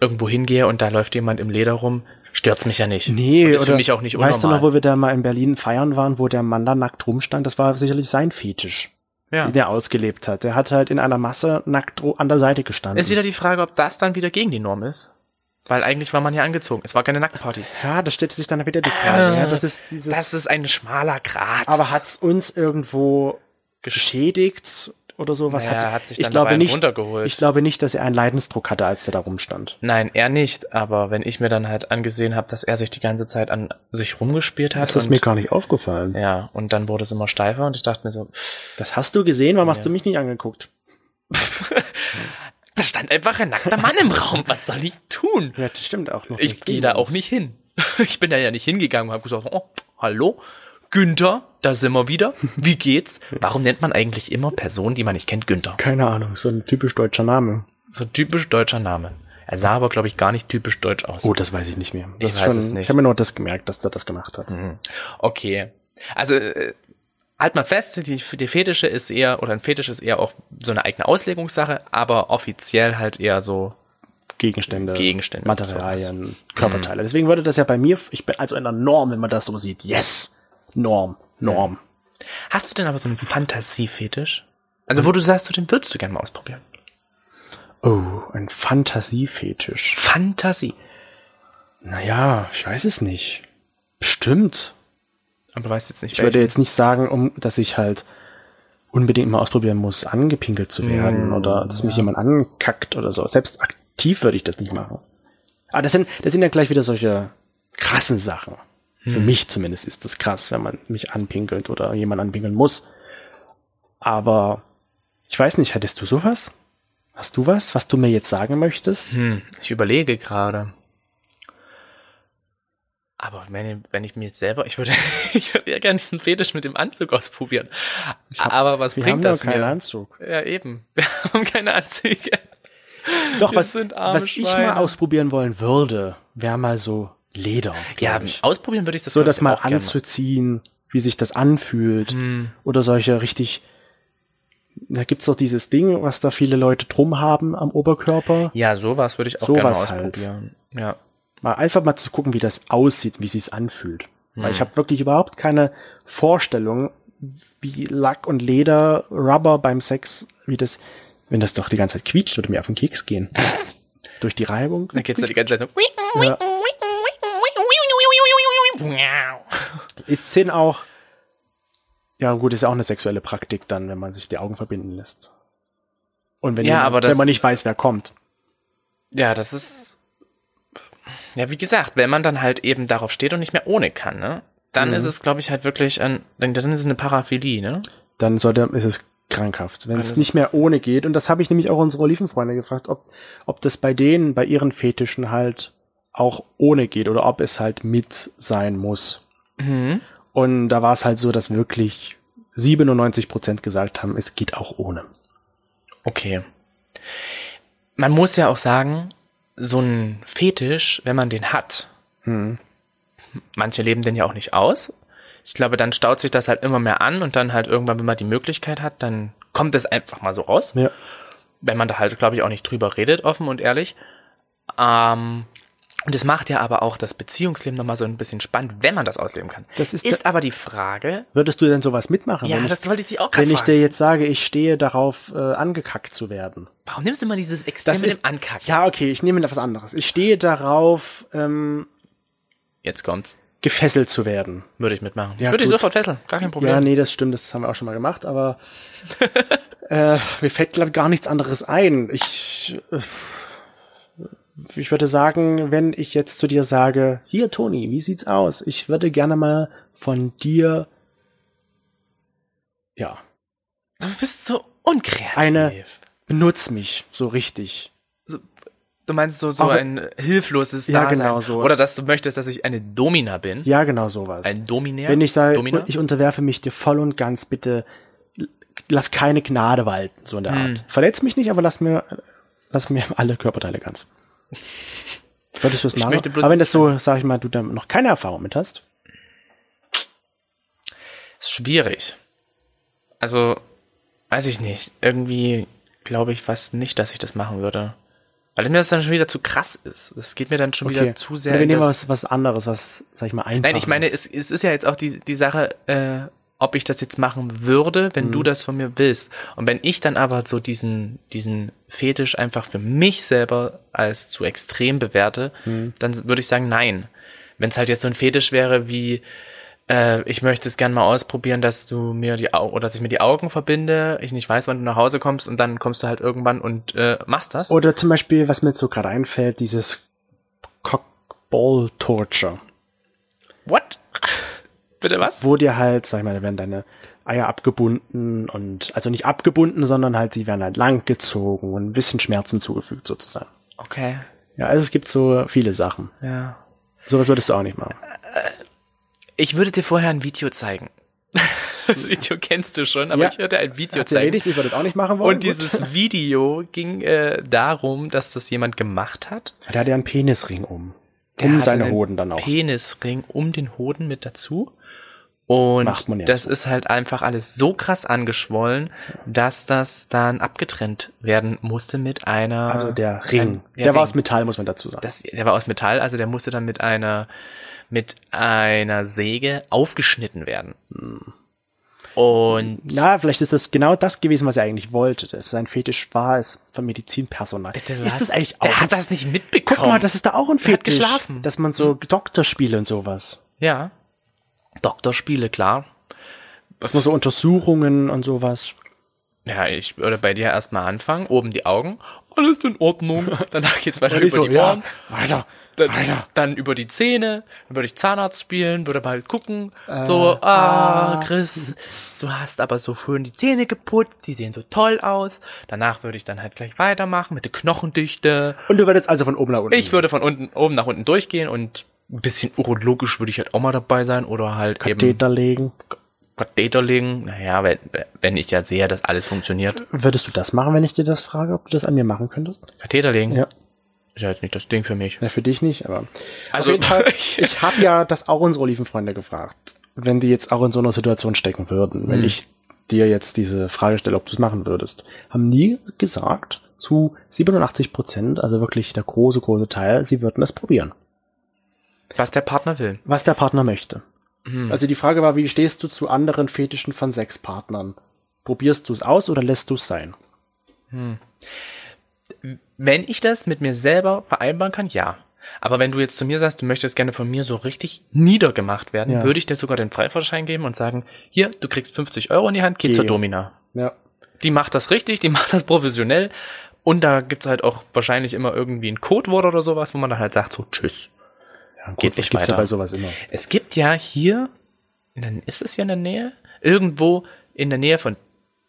Speaker 2: irgendwo hingehe und da läuft jemand im Leder rum, stört's mich ja nicht.
Speaker 3: Nee,
Speaker 2: und ist
Speaker 3: oder
Speaker 2: für mich auch nicht unnormal.
Speaker 3: Weißt du noch, wo wir da mal in Berlin feiern waren, wo der Mann da nackt rumstand? Das war sicherlich sein Fetisch,
Speaker 2: ja.
Speaker 3: den er ausgelebt hat. Der hat halt in einer Masse nackt ru- an der Seite gestanden.
Speaker 2: Ist wieder die Frage, ob das dann wieder gegen die Norm ist. Weil eigentlich war man ja angezogen. Es war keine Nackenparty.
Speaker 3: ja, da stellt sich dann wieder die Frage. ja, das ist dieses.
Speaker 2: Ah, Das ist ein schmaler Grat.
Speaker 3: aber hat's uns irgendwo geschädigt oder so? Was
Speaker 2: Naja,
Speaker 3: hat,
Speaker 2: hat sich
Speaker 3: ich
Speaker 2: dann
Speaker 3: glaube
Speaker 2: dabei
Speaker 3: nicht,
Speaker 2: runtergeholt.
Speaker 3: Ich glaube nicht, dass er einen Leidensdruck hatte, als er da rumstand.
Speaker 2: Nein, er nicht. Aber wenn ich mir dann halt angesehen habe, dass er sich die ganze Zeit an sich rumgespielt hat.
Speaker 3: Das ist
Speaker 2: und,
Speaker 3: mir gar nicht aufgefallen.
Speaker 2: ja, und dann wurde es immer steifer und ich dachte mir so, pff,
Speaker 3: Das hast du gesehen, warum hast du mich nicht angeguckt?
Speaker 2: da stand einfach ein nackter Mann im Raum. Was soll ich tun?
Speaker 3: Ja, genau. das stimmt auch noch.
Speaker 2: Ich
Speaker 3: nicht.
Speaker 2: gehe da auch nicht hin. Ich bin da ja nicht hingegangen und habe gesagt, oh, hallo, Günther, da sind wir wieder. Wie geht's? Warum nennt man eigentlich immer Personen, die man nicht kennt, Günther?
Speaker 3: Keine Ahnung, so ein typisch deutscher Name.
Speaker 2: So typisch deutscher Name. Er sah aber, glaube ich, gar nicht typisch deutsch aus.
Speaker 3: Oh, das weiß ich nicht mehr. Das
Speaker 2: Ich
Speaker 3: ist
Speaker 2: weiß es nicht. Mhm.
Speaker 3: Ich habe mir nur das gemerkt, dass der das gemacht hat.
Speaker 2: Okay. Also äh, halt mal fest, die, die Fetische ist eher, oder ein Fetisch ist eher auch so eine eigene Auslegungssache, aber offiziell halt eher so.
Speaker 3: Gegenstände,
Speaker 2: Gegenstände, Mhm.
Speaker 3: Materialien, Körperteile. Deswegen würde das ja bei mir, ich bin also in der Norm, wenn man das so sieht. Yes, Norm, Norm.
Speaker 2: Hast du denn aber so einen Fantasiefetisch? Also wo du sagst, du den würdest du gerne mal ausprobieren. Mhm.
Speaker 3: Oh, ein Fantasiefetisch.
Speaker 2: Fantasie.
Speaker 3: Naja, ich weiß es nicht. Bestimmt.
Speaker 2: Aber du weißt jetzt nicht,
Speaker 3: Ich würde jetzt nicht sagen, um, dass ich halt unbedingt mal ausprobieren muss, angepinkelt zu werden
Speaker 2: Hm,
Speaker 3: oder dass mich jemand ankackt oder so. Selbst aktiv würde ich das nicht machen. Aber das sind, das sind ja gleich wieder solche krassen Sachen. Für
Speaker 2: Hm.
Speaker 3: mich zumindest ist das krass, wenn man mich anpinkelt oder jemand anpinkeln muss. Aber ich weiß nicht, hättest du sowas? Hast du was, was du mir jetzt sagen möchtest?
Speaker 2: Hm, ich überlege gerade. Aber wenn, wenn ich mir jetzt selber, ich würde, ich würde ja gerne diesen Fetisch mit dem Anzug ausprobieren. aber was
Speaker 3: Wir haben
Speaker 2: bringt
Speaker 3: doch
Speaker 2: das
Speaker 3: keinen
Speaker 2: mir?
Speaker 3: Anzug.
Speaker 2: Ja, eben. Wir haben keine Anzüge.
Speaker 3: Doch,
Speaker 2: Wir
Speaker 3: was,
Speaker 2: sind arme
Speaker 3: was ich mal
Speaker 2: Schweine.
Speaker 3: ausprobieren wollen würde, wäre mal so Leder.
Speaker 2: Ja,
Speaker 3: glaub ich.
Speaker 2: ausprobieren würde ich das
Speaker 3: so
Speaker 2: glaub
Speaker 3: das
Speaker 2: ich,
Speaker 3: mal
Speaker 2: auch gerne. Hm.
Speaker 3: anzuziehen, wie sich das anfühlt oder solche richtig da gibt's doch dieses Ding, was da viele Leute drum haben am Oberkörper,
Speaker 2: Ja, sowas würde ich auch gerne mal
Speaker 3: Sowas halt.
Speaker 2: ausprobieren. Ja.
Speaker 3: mal einfach mal zu
Speaker 2: Hm.
Speaker 3: gucken, wie das aussieht, wie sich's anfühlt. Weil ich habe wirklich überhaupt keine Vorstellung, wie Lack und Leder, Rubber beim Sex, wie das, wenn das doch die ganze Zeit quietscht, würde mir auf den Keks gehen. Durch die Reibung.
Speaker 2: Dann geht's da die ganze Zeit so.
Speaker 3: Ist Sinn auch, ja gut, ist ja auch eine sexuelle Praktik dann, wenn man sich die Augen verbinden lässt. Und wenn,
Speaker 2: Ja,
Speaker 3: jemand,
Speaker 2: aber das-
Speaker 3: wenn man nicht weiß, wer kommt.
Speaker 2: Ja, das ist. Ja, wie gesagt, wenn man dann halt eben darauf steht und nicht mehr ohne kann, ne? Dann
Speaker 3: Mhm.
Speaker 2: ist es, glaube ich, halt wirklich ein. Dann dann ist es eine Paraphilie, ne?
Speaker 3: dann sollte, ist es krankhaft, wenn
Speaker 2: Dann
Speaker 3: es
Speaker 2: ist
Speaker 3: nicht mehr ohne geht. Und das habe ich nämlich auch unsere Olivenfreunde gefragt, ob, ob das bei denen, bei ihren Fetischen halt auch ohne geht oder ob es halt mit sein muss.
Speaker 2: Mhm.
Speaker 3: Und da war es halt so, dass wirklich 97 Prozent gesagt haben, es geht auch ohne.
Speaker 2: Okay. Man muss ja auch sagen, so ein Fetisch, wenn man den hat,
Speaker 3: Hm.
Speaker 2: manche leben den ja auch nicht aus. Ich glaube, dann staut sich das halt immer mehr an und dann halt irgendwann, wenn man die Möglichkeit hat, dann kommt es einfach mal so raus.
Speaker 3: Ja.
Speaker 2: wenn man da halt, glaube ich, auch nicht drüber redet, offen und ehrlich. Ähm, und es macht ja aber auch das Beziehungsleben nochmal so ein bisschen spannend, wenn man das ausleben kann.
Speaker 3: Das ist
Speaker 2: aber die Frage.
Speaker 3: Würdest du denn sowas mitmachen?
Speaker 2: Ja,
Speaker 3: wenn
Speaker 2: das
Speaker 3: ich,
Speaker 2: wollte ich dich auch
Speaker 3: wenn
Speaker 2: gerade
Speaker 3: ich
Speaker 2: fragen.
Speaker 3: dir jetzt sage, ich stehe darauf, äh, angekackt zu werden.
Speaker 2: Warum nimmst du immer dieses Extrem mit dem Ankacken?
Speaker 3: Ja, okay, ich nehme da was anderes. Ich stehe darauf, ähm,
Speaker 2: Jetzt kommt's.
Speaker 3: gefesselt zu werden.
Speaker 2: Würde ich mitmachen.
Speaker 3: Ja,
Speaker 2: ich würde dich
Speaker 3: gut.
Speaker 2: sofort fesseln. Gar kein Problem.
Speaker 3: Ja, nee, das stimmt, das haben wir auch schon mal gemacht, aber äh, mir fällt gerade gar nichts anderes ein. Ich, äh, ich würde sagen, wenn ich jetzt zu dir sage, hier Toni, wie sieht's aus? Ich würde gerne mal von dir ja,
Speaker 2: Du bist so unkreativ.
Speaker 3: Eine- benutz mich so richtig.
Speaker 2: Du meinst so, so
Speaker 3: Auch-
Speaker 2: ein hilfloses
Speaker 3: Ja,
Speaker 2: Dasein.
Speaker 3: genau so.
Speaker 2: Oder dass du möchtest, dass ich eine Domina bin.
Speaker 3: Ja, genau sowas.
Speaker 2: Ein Dominär.
Speaker 3: wenn ich sage,
Speaker 2: Domina?
Speaker 3: ich unterwerfe mich dir voll und ganz, bitte lass keine Gnade walten, so in
Speaker 2: Hm.
Speaker 3: der Art. Verletz mich nicht, aber lass mir, lass mir alle Körperteile ganz. Würdest du das machen?
Speaker 2: möchte bloß
Speaker 3: Aber wenn
Speaker 2: nicht
Speaker 3: das so, sag ich mal, du da noch keine Erfahrung mit hast,
Speaker 2: Ist schwierig. Also, weiß ich nicht. Irgendwie glaube ich fast nicht, dass ich das machen würde. Weil mir das dann schon wieder zu krass ist. Das geht mir dann schon
Speaker 3: okay.
Speaker 2: wieder zu sehr.
Speaker 3: Oder wir
Speaker 2: in
Speaker 3: nehmen
Speaker 2: das-
Speaker 3: was, was anderes, was, sag ich mal, einfach
Speaker 2: Nein, ich meine,
Speaker 3: ist.
Speaker 2: es, es ist ja jetzt auch die, die Sache, äh, ob ich das jetzt machen würde, wenn du das von mir willst. Und wenn ich dann aber so diesen, diesen Fetisch einfach für mich selber als zu extrem bewerte, dann würde ich sagen, nein. Wenn es halt jetzt so ein Fetisch wäre wie, äh, ich möchte es gern mal ausprobieren, dass du mir die Augen, oder dass ich mir die Augen verbinde, ich nicht weiß, wann du nach Hause kommst und dann kommst du halt irgendwann und äh, machst das.
Speaker 3: Oder zum Beispiel, was mir jetzt so gerade einfällt, dieses Cockball Torture.
Speaker 2: What? Bitte was?
Speaker 3: wo dir halt, sag ich mal, da werden deine Eier abgebunden und, also nicht abgebunden, sondern halt, die werden halt lang gezogen und ein bisschen Schmerzen zugefügt sozusagen.
Speaker 2: Okay,
Speaker 3: Ja, also es gibt so viele Sachen.
Speaker 2: ja.
Speaker 3: Sowas würdest du auch nicht machen.
Speaker 2: Ich würde dir vorher ein Video zeigen. Das Video kennst du schon, aber
Speaker 3: Ja.
Speaker 2: ich würde ein Video
Speaker 3: Hat's
Speaker 2: zeigen.
Speaker 3: erledigt, ich würde das auch nicht machen
Speaker 2: Und
Speaker 3: wollen. Gut.
Speaker 2: dieses Video ging äh, darum, dass das jemand gemacht hat.
Speaker 3: Der hat ja einen Penisring um.
Speaker 2: Der
Speaker 3: um
Speaker 2: hatte
Speaker 3: seine
Speaker 2: einen
Speaker 3: Hoden dann auch.
Speaker 2: Penisring um den Hoden mit dazu. Und
Speaker 3: Macht man ja
Speaker 2: das
Speaker 3: so.
Speaker 2: ist halt einfach alles so krass angeschwollen, dass das dann abgetrennt werden musste mit einer.
Speaker 3: also der Ring.
Speaker 2: Ah, der
Speaker 3: der war
Speaker 2: Ring.
Speaker 3: aus Metall, muss man dazu sagen.
Speaker 2: das, der war aus Metall, also der musste dann mit einer mit einer Säge aufgeschnitten werden.
Speaker 3: Hm.
Speaker 2: Und
Speaker 3: Na, vielleicht ist das genau das gewesen, was er eigentlich wollte. Dass sein Fetisch war es vom Medizinpersonal.
Speaker 2: was?
Speaker 3: Ist das eigentlich auch
Speaker 2: Der
Speaker 3: ein
Speaker 2: hat das nicht mitbekommen.
Speaker 3: Guck mal, das ist da auch ein
Speaker 2: Der hat
Speaker 3: Fetisch.
Speaker 2: geschlafen. Hm.
Speaker 3: Dass man so Doktorspiele und sowas.
Speaker 2: ja. Doktorspiele, klar.
Speaker 3: Dass man so Untersuchungen und sowas.
Speaker 2: Ja, ich würde bei dir erstmal anfangen, oben die Augen, alles in Ordnung. Danach geht's weiter
Speaker 3: Und ich
Speaker 2: über
Speaker 3: so,
Speaker 2: die Ohren,
Speaker 3: ja, Alter,
Speaker 2: dann,
Speaker 3: Alter.
Speaker 2: dann über die Zähne, dann würde ich Zahnarzt spielen, würde mal halt gucken, so, ah, Chris, du hast aber so schön die Zähne geputzt, die sehen so toll aus. Danach würde ich dann halt gleich weitermachen mit der Knochendichte.
Speaker 3: Und du würdest also von oben nach unten.
Speaker 2: Ich würde von unten, oben nach unten durchgehen und ein bisschen urologisch würde ich halt auch mal dabei sein oder halt eben
Speaker 3: Täter legen.
Speaker 2: Katheter legen. Naja, wenn, wenn ich ja sehe, dass alles funktioniert.
Speaker 3: Würdest du das machen, wenn ich dir das frage, ob du das an mir machen könntest?
Speaker 2: Katheter legen
Speaker 3: Ja.
Speaker 2: ist ja jetzt nicht das Ding für mich.
Speaker 3: Na, für dich nicht, aber.
Speaker 2: Also-
Speaker 3: auf jeden Fall, ich habe ja das auch unsere Olivenfreunde gefragt, wenn die jetzt auch in so einer Situation stecken würden, wenn ich dir jetzt diese Frage stelle, ob du es machen würdest. Haben nie gesagt, zu 87 Prozent, also wirklich der große, große Teil, sie würden es probieren.
Speaker 2: Was der Partner will.
Speaker 3: Was der Partner möchte.
Speaker 2: Mhm.
Speaker 3: Also die Frage war, wie stehst du zu anderen Fetischen von Sexpartnern? Probierst du es aus oder lässt du es sein?
Speaker 2: Wenn ich das mit mir selber vereinbaren kann, ja. Aber wenn du jetzt zu mir sagst, du möchtest gerne von mir so richtig niedergemacht werden,
Speaker 3: Ja.
Speaker 2: würde ich dir sogar den Freifahrtschein geben und sagen, hier, du kriegst 50 Euro in die Hand, geh
Speaker 3: Geh.
Speaker 2: zur Domina.
Speaker 3: Ja.
Speaker 2: Die macht das richtig, die macht das professionell. Und da gibt's halt auch wahrscheinlich immer irgendwie ein Codewort oder sowas, wo man dann halt sagt, so, tschüss. Geht nicht
Speaker 3: gibt's ja
Speaker 2: weiter.
Speaker 3: bei sowas immer.
Speaker 2: Es gibt ja hier, in der, ist es hier in der Nähe? Irgendwo in der Nähe von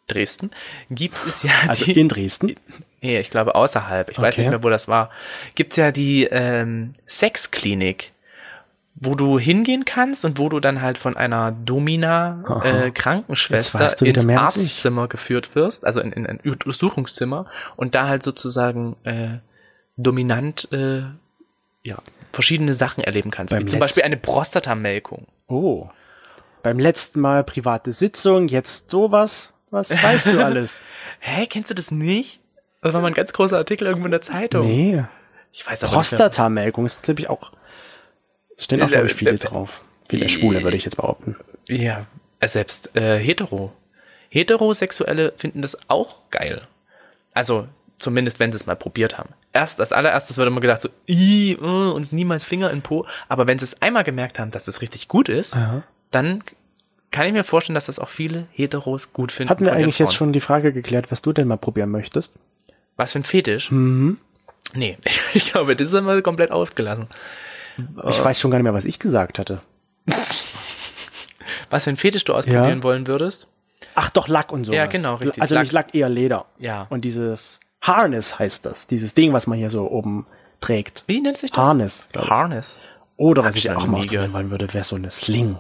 Speaker 2: Dresden gibt es ja
Speaker 3: Also
Speaker 2: die,
Speaker 3: in Dresden.
Speaker 2: nee, ich glaube außerhalb, ich weiß
Speaker 3: Okay.
Speaker 2: nicht mehr, wo das war, gibt es ja die ähm, Sexklinik, wo du hingehen kannst und wo du dann halt von einer Domina
Speaker 3: Aha.
Speaker 2: äh, Krankenschwester
Speaker 3: Jetzt weißt du wieder
Speaker 2: ins
Speaker 3: mehr als ich.
Speaker 2: Arztzimmer geführt wirst, also in, in ein Untersuchungszimmer und da halt sozusagen äh, dominant äh, ja, verschiedene Sachen erleben kannst,
Speaker 3: Beim
Speaker 2: wie zum
Speaker 3: letzten-
Speaker 2: Beispiel eine Prostatamelkung.
Speaker 3: Oh. Beim letzten Mal private Sitzung, jetzt sowas. Was weißt du alles?
Speaker 2: Hä, kennst du das nicht? Das war mal ein ganz großer Artikel irgendwo in der Zeitung.
Speaker 3: nee.
Speaker 2: Ich weiß aber nicht. mehr.
Speaker 3: Prostatamelkung ist, glaube ich, auch. Es stehen auch, glaube ich,
Speaker 2: Äh,
Speaker 3: viele drauf. Viele Schwule, würde ich jetzt behaupten.
Speaker 2: Ja, äh, selbst äh, hetero. Heterosexuelle finden das auch geil. Also zumindest, wenn sie es mal probiert haben. Erst als allererstes wird immer gedacht so, "Ih, äh", und niemals Finger in Po. Aber wenn sie es einmal gemerkt haben, dass es richtig gut ist, dann kann ich mir vorstellen, dass das auch viele Heteros gut finden.
Speaker 3: Hatten wir
Speaker 2: von ihren
Speaker 3: eigentlich jetzt
Speaker 2: Frauen.
Speaker 3: schon die Frage geklärt, was du denn mal probieren möchtest?
Speaker 2: Was für ein Fetisch? Mhm. Nee, ich glaube, das haben wir komplett ausgelassen. Äh.
Speaker 3: Ich weiß schon gar nicht mehr, was ich gesagt hatte.
Speaker 2: Was für ein Fetisch du ausprobieren
Speaker 3: Ja.
Speaker 2: wollen würdest?
Speaker 3: Ach doch, Lack und so.
Speaker 2: Ja, genau, richtig.
Speaker 3: Also nicht Lack, eher Leder.
Speaker 2: Ja.
Speaker 3: Und dieses Harness heißt das. Dieses Ding, was man hier so oben trägt.
Speaker 2: Wie nennt sich das?
Speaker 3: Harness. glaub ich.
Speaker 2: Harness.
Speaker 3: Oder was
Speaker 2: Hab
Speaker 3: ich
Speaker 2: ich noch
Speaker 3: auch
Speaker 2: nie
Speaker 3: mal
Speaker 2: gehört.
Speaker 3: wollen würde, wäre so eine Sling.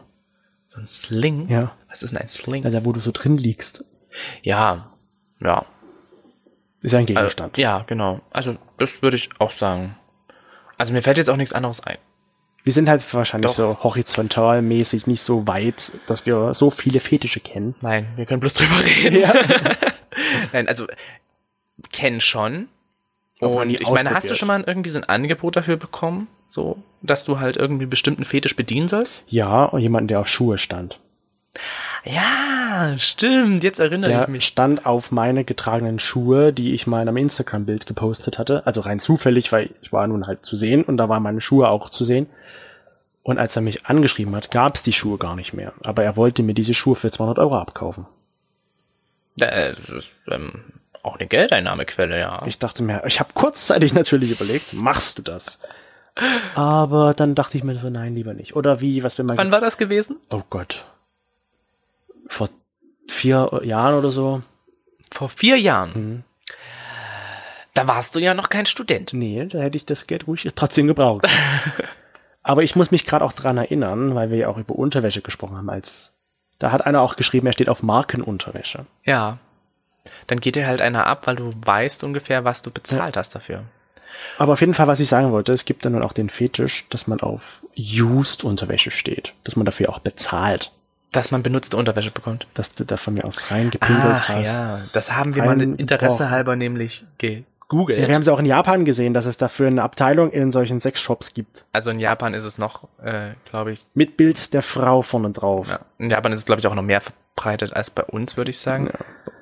Speaker 2: So ein Sling?
Speaker 3: Ja.
Speaker 2: Was ist denn ein Sling?
Speaker 3: Ja, da, wo du so drin liegst.
Speaker 2: Ja, ja.
Speaker 3: Ist ja ein
Speaker 2: Äh,
Speaker 3: Gegenstand.
Speaker 2: ja, genau. Also, das würde ich auch sagen. Also, mir fällt jetzt auch nichts anderes ein.
Speaker 3: Wir sind halt wahrscheinlich
Speaker 2: Doch.
Speaker 3: so horizontalmäßig nicht so weit, dass wir so viele Fetische kennen.
Speaker 2: Nein, wir können bloß drüber reden. Nein, also, kennen schon.
Speaker 3: Ob man
Speaker 2: Und
Speaker 3: die
Speaker 2: ich meine, hast du
Speaker 3: ausprobiert?
Speaker 2: schon mal irgendwie so ein Angebot dafür bekommen? So, dass du halt irgendwie einen bestimmten Fetisch bedienen sollst?
Speaker 3: Ja, und jemanden, der auf Schuhe stand.
Speaker 2: Ja, stimmt. Jetzt erinnere
Speaker 3: Der
Speaker 2: ich mich.
Speaker 3: stand auf meine getragenen Schuhe, die ich mal in einem Instagram-Bild gepostet hatte. Also rein zufällig, weil ich war nun halt zu sehen und da waren meine Schuhe auch zu sehen. Und als er mich angeschrieben hat, gab es die Schuhe gar nicht mehr. Aber er wollte mir diese Schuhe für 200 Euro abkaufen.
Speaker 2: Äh, Das ist ähm, auch eine Geldeinnahmequelle, ja.
Speaker 3: Ich dachte mir, ich habe kurzzeitig natürlich überlegt, machst du das? Aber dann dachte ich mir so, nein, lieber nicht. Oder wie, was wenn man...
Speaker 2: Wann war das gewesen?
Speaker 3: Oh Gott. Vor vier Jahren oder so.
Speaker 2: Vor vier Jahren.
Speaker 3: Mhm.
Speaker 2: Da warst du ja noch kein Student.
Speaker 3: Nee, da hätte ich das Geld ruhig trotzdem gebraucht. Aber ich muss mich gerade auch dran erinnern, weil wir ja auch über Unterwäsche gesprochen haben, als da hat einer auch geschrieben, er steht auf Markenunterwäsche.
Speaker 2: Ja. Dann geht dir halt einer ab, weil du weißt ungefähr, was du bezahlt hast dafür.
Speaker 3: Aber auf jeden Fall, was ich sagen wollte, es gibt dann nun auch den Fetisch, dass man auf used Unterwäsche steht, dass man dafür auch bezahlt,
Speaker 2: Dass man benutzte Unterwäsche bekommt.
Speaker 3: dass du da von mir aus reingepinkelt hast.
Speaker 2: Das haben wir mal
Speaker 3: rein
Speaker 2: Interesse
Speaker 3: gebrochen.
Speaker 2: halber nämlich
Speaker 3: Ja, wir
Speaker 2: gegoogelt.
Speaker 3: haben es auch in Japan gesehen, dass es dafür eine Abteilung in solchen Sexshops gibt.
Speaker 2: Also in Japan ist es noch, äh, glaube ich,
Speaker 3: Mit Bild der Frau vorne drauf.
Speaker 2: ja. in Japan ist es, glaube ich, auch noch mehr verbreitet als bei uns, würde ich sagen.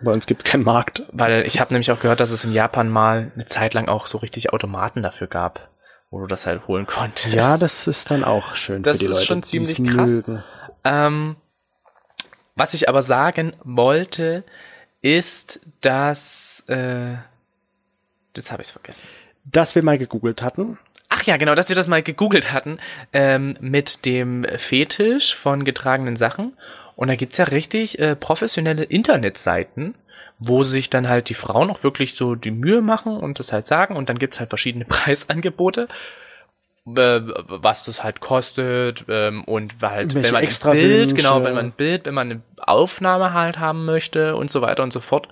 Speaker 3: Bei uns gibt's keinen Markt.
Speaker 2: Weil ich habe nämlich auch gehört, dass es in Japan mal eine Zeit lang auch so richtig Automaten dafür gab, wo du das halt holen konntest.
Speaker 3: Ja, das ist dann auch schön
Speaker 2: Das
Speaker 3: für die
Speaker 2: ist
Speaker 3: Leute.
Speaker 2: schon
Speaker 3: die's
Speaker 2: ziemlich krass.
Speaker 3: mögen.
Speaker 2: Ähm, was ich aber sagen wollte, ist, dass äh, das habe ich vergessen.
Speaker 3: Dass wir mal gegoogelt hatten.
Speaker 2: Ach ja, genau, dass wir das mal gegoogelt hatten ähm, mit dem Fetisch von getragenen Sachen. Und da gibt's ja richtig äh, professionelle Internetseiten, wo sich dann halt die Frauen auch wirklich so die Mühe machen und das halt sagen. Und dann gibt's halt verschiedene Preisangebote, äh, was das halt kostet ähm, und halt,
Speaker 3: Welche
Speaker 2: wenn man
Speaker 3: extra
Speaker 2: ein Bild, genau,
Speaker 3: Wünsche.
Speaker 2: wenn man ein Bild, wenn man eine Aufnahme halt haben möchte und so weiter und so fort.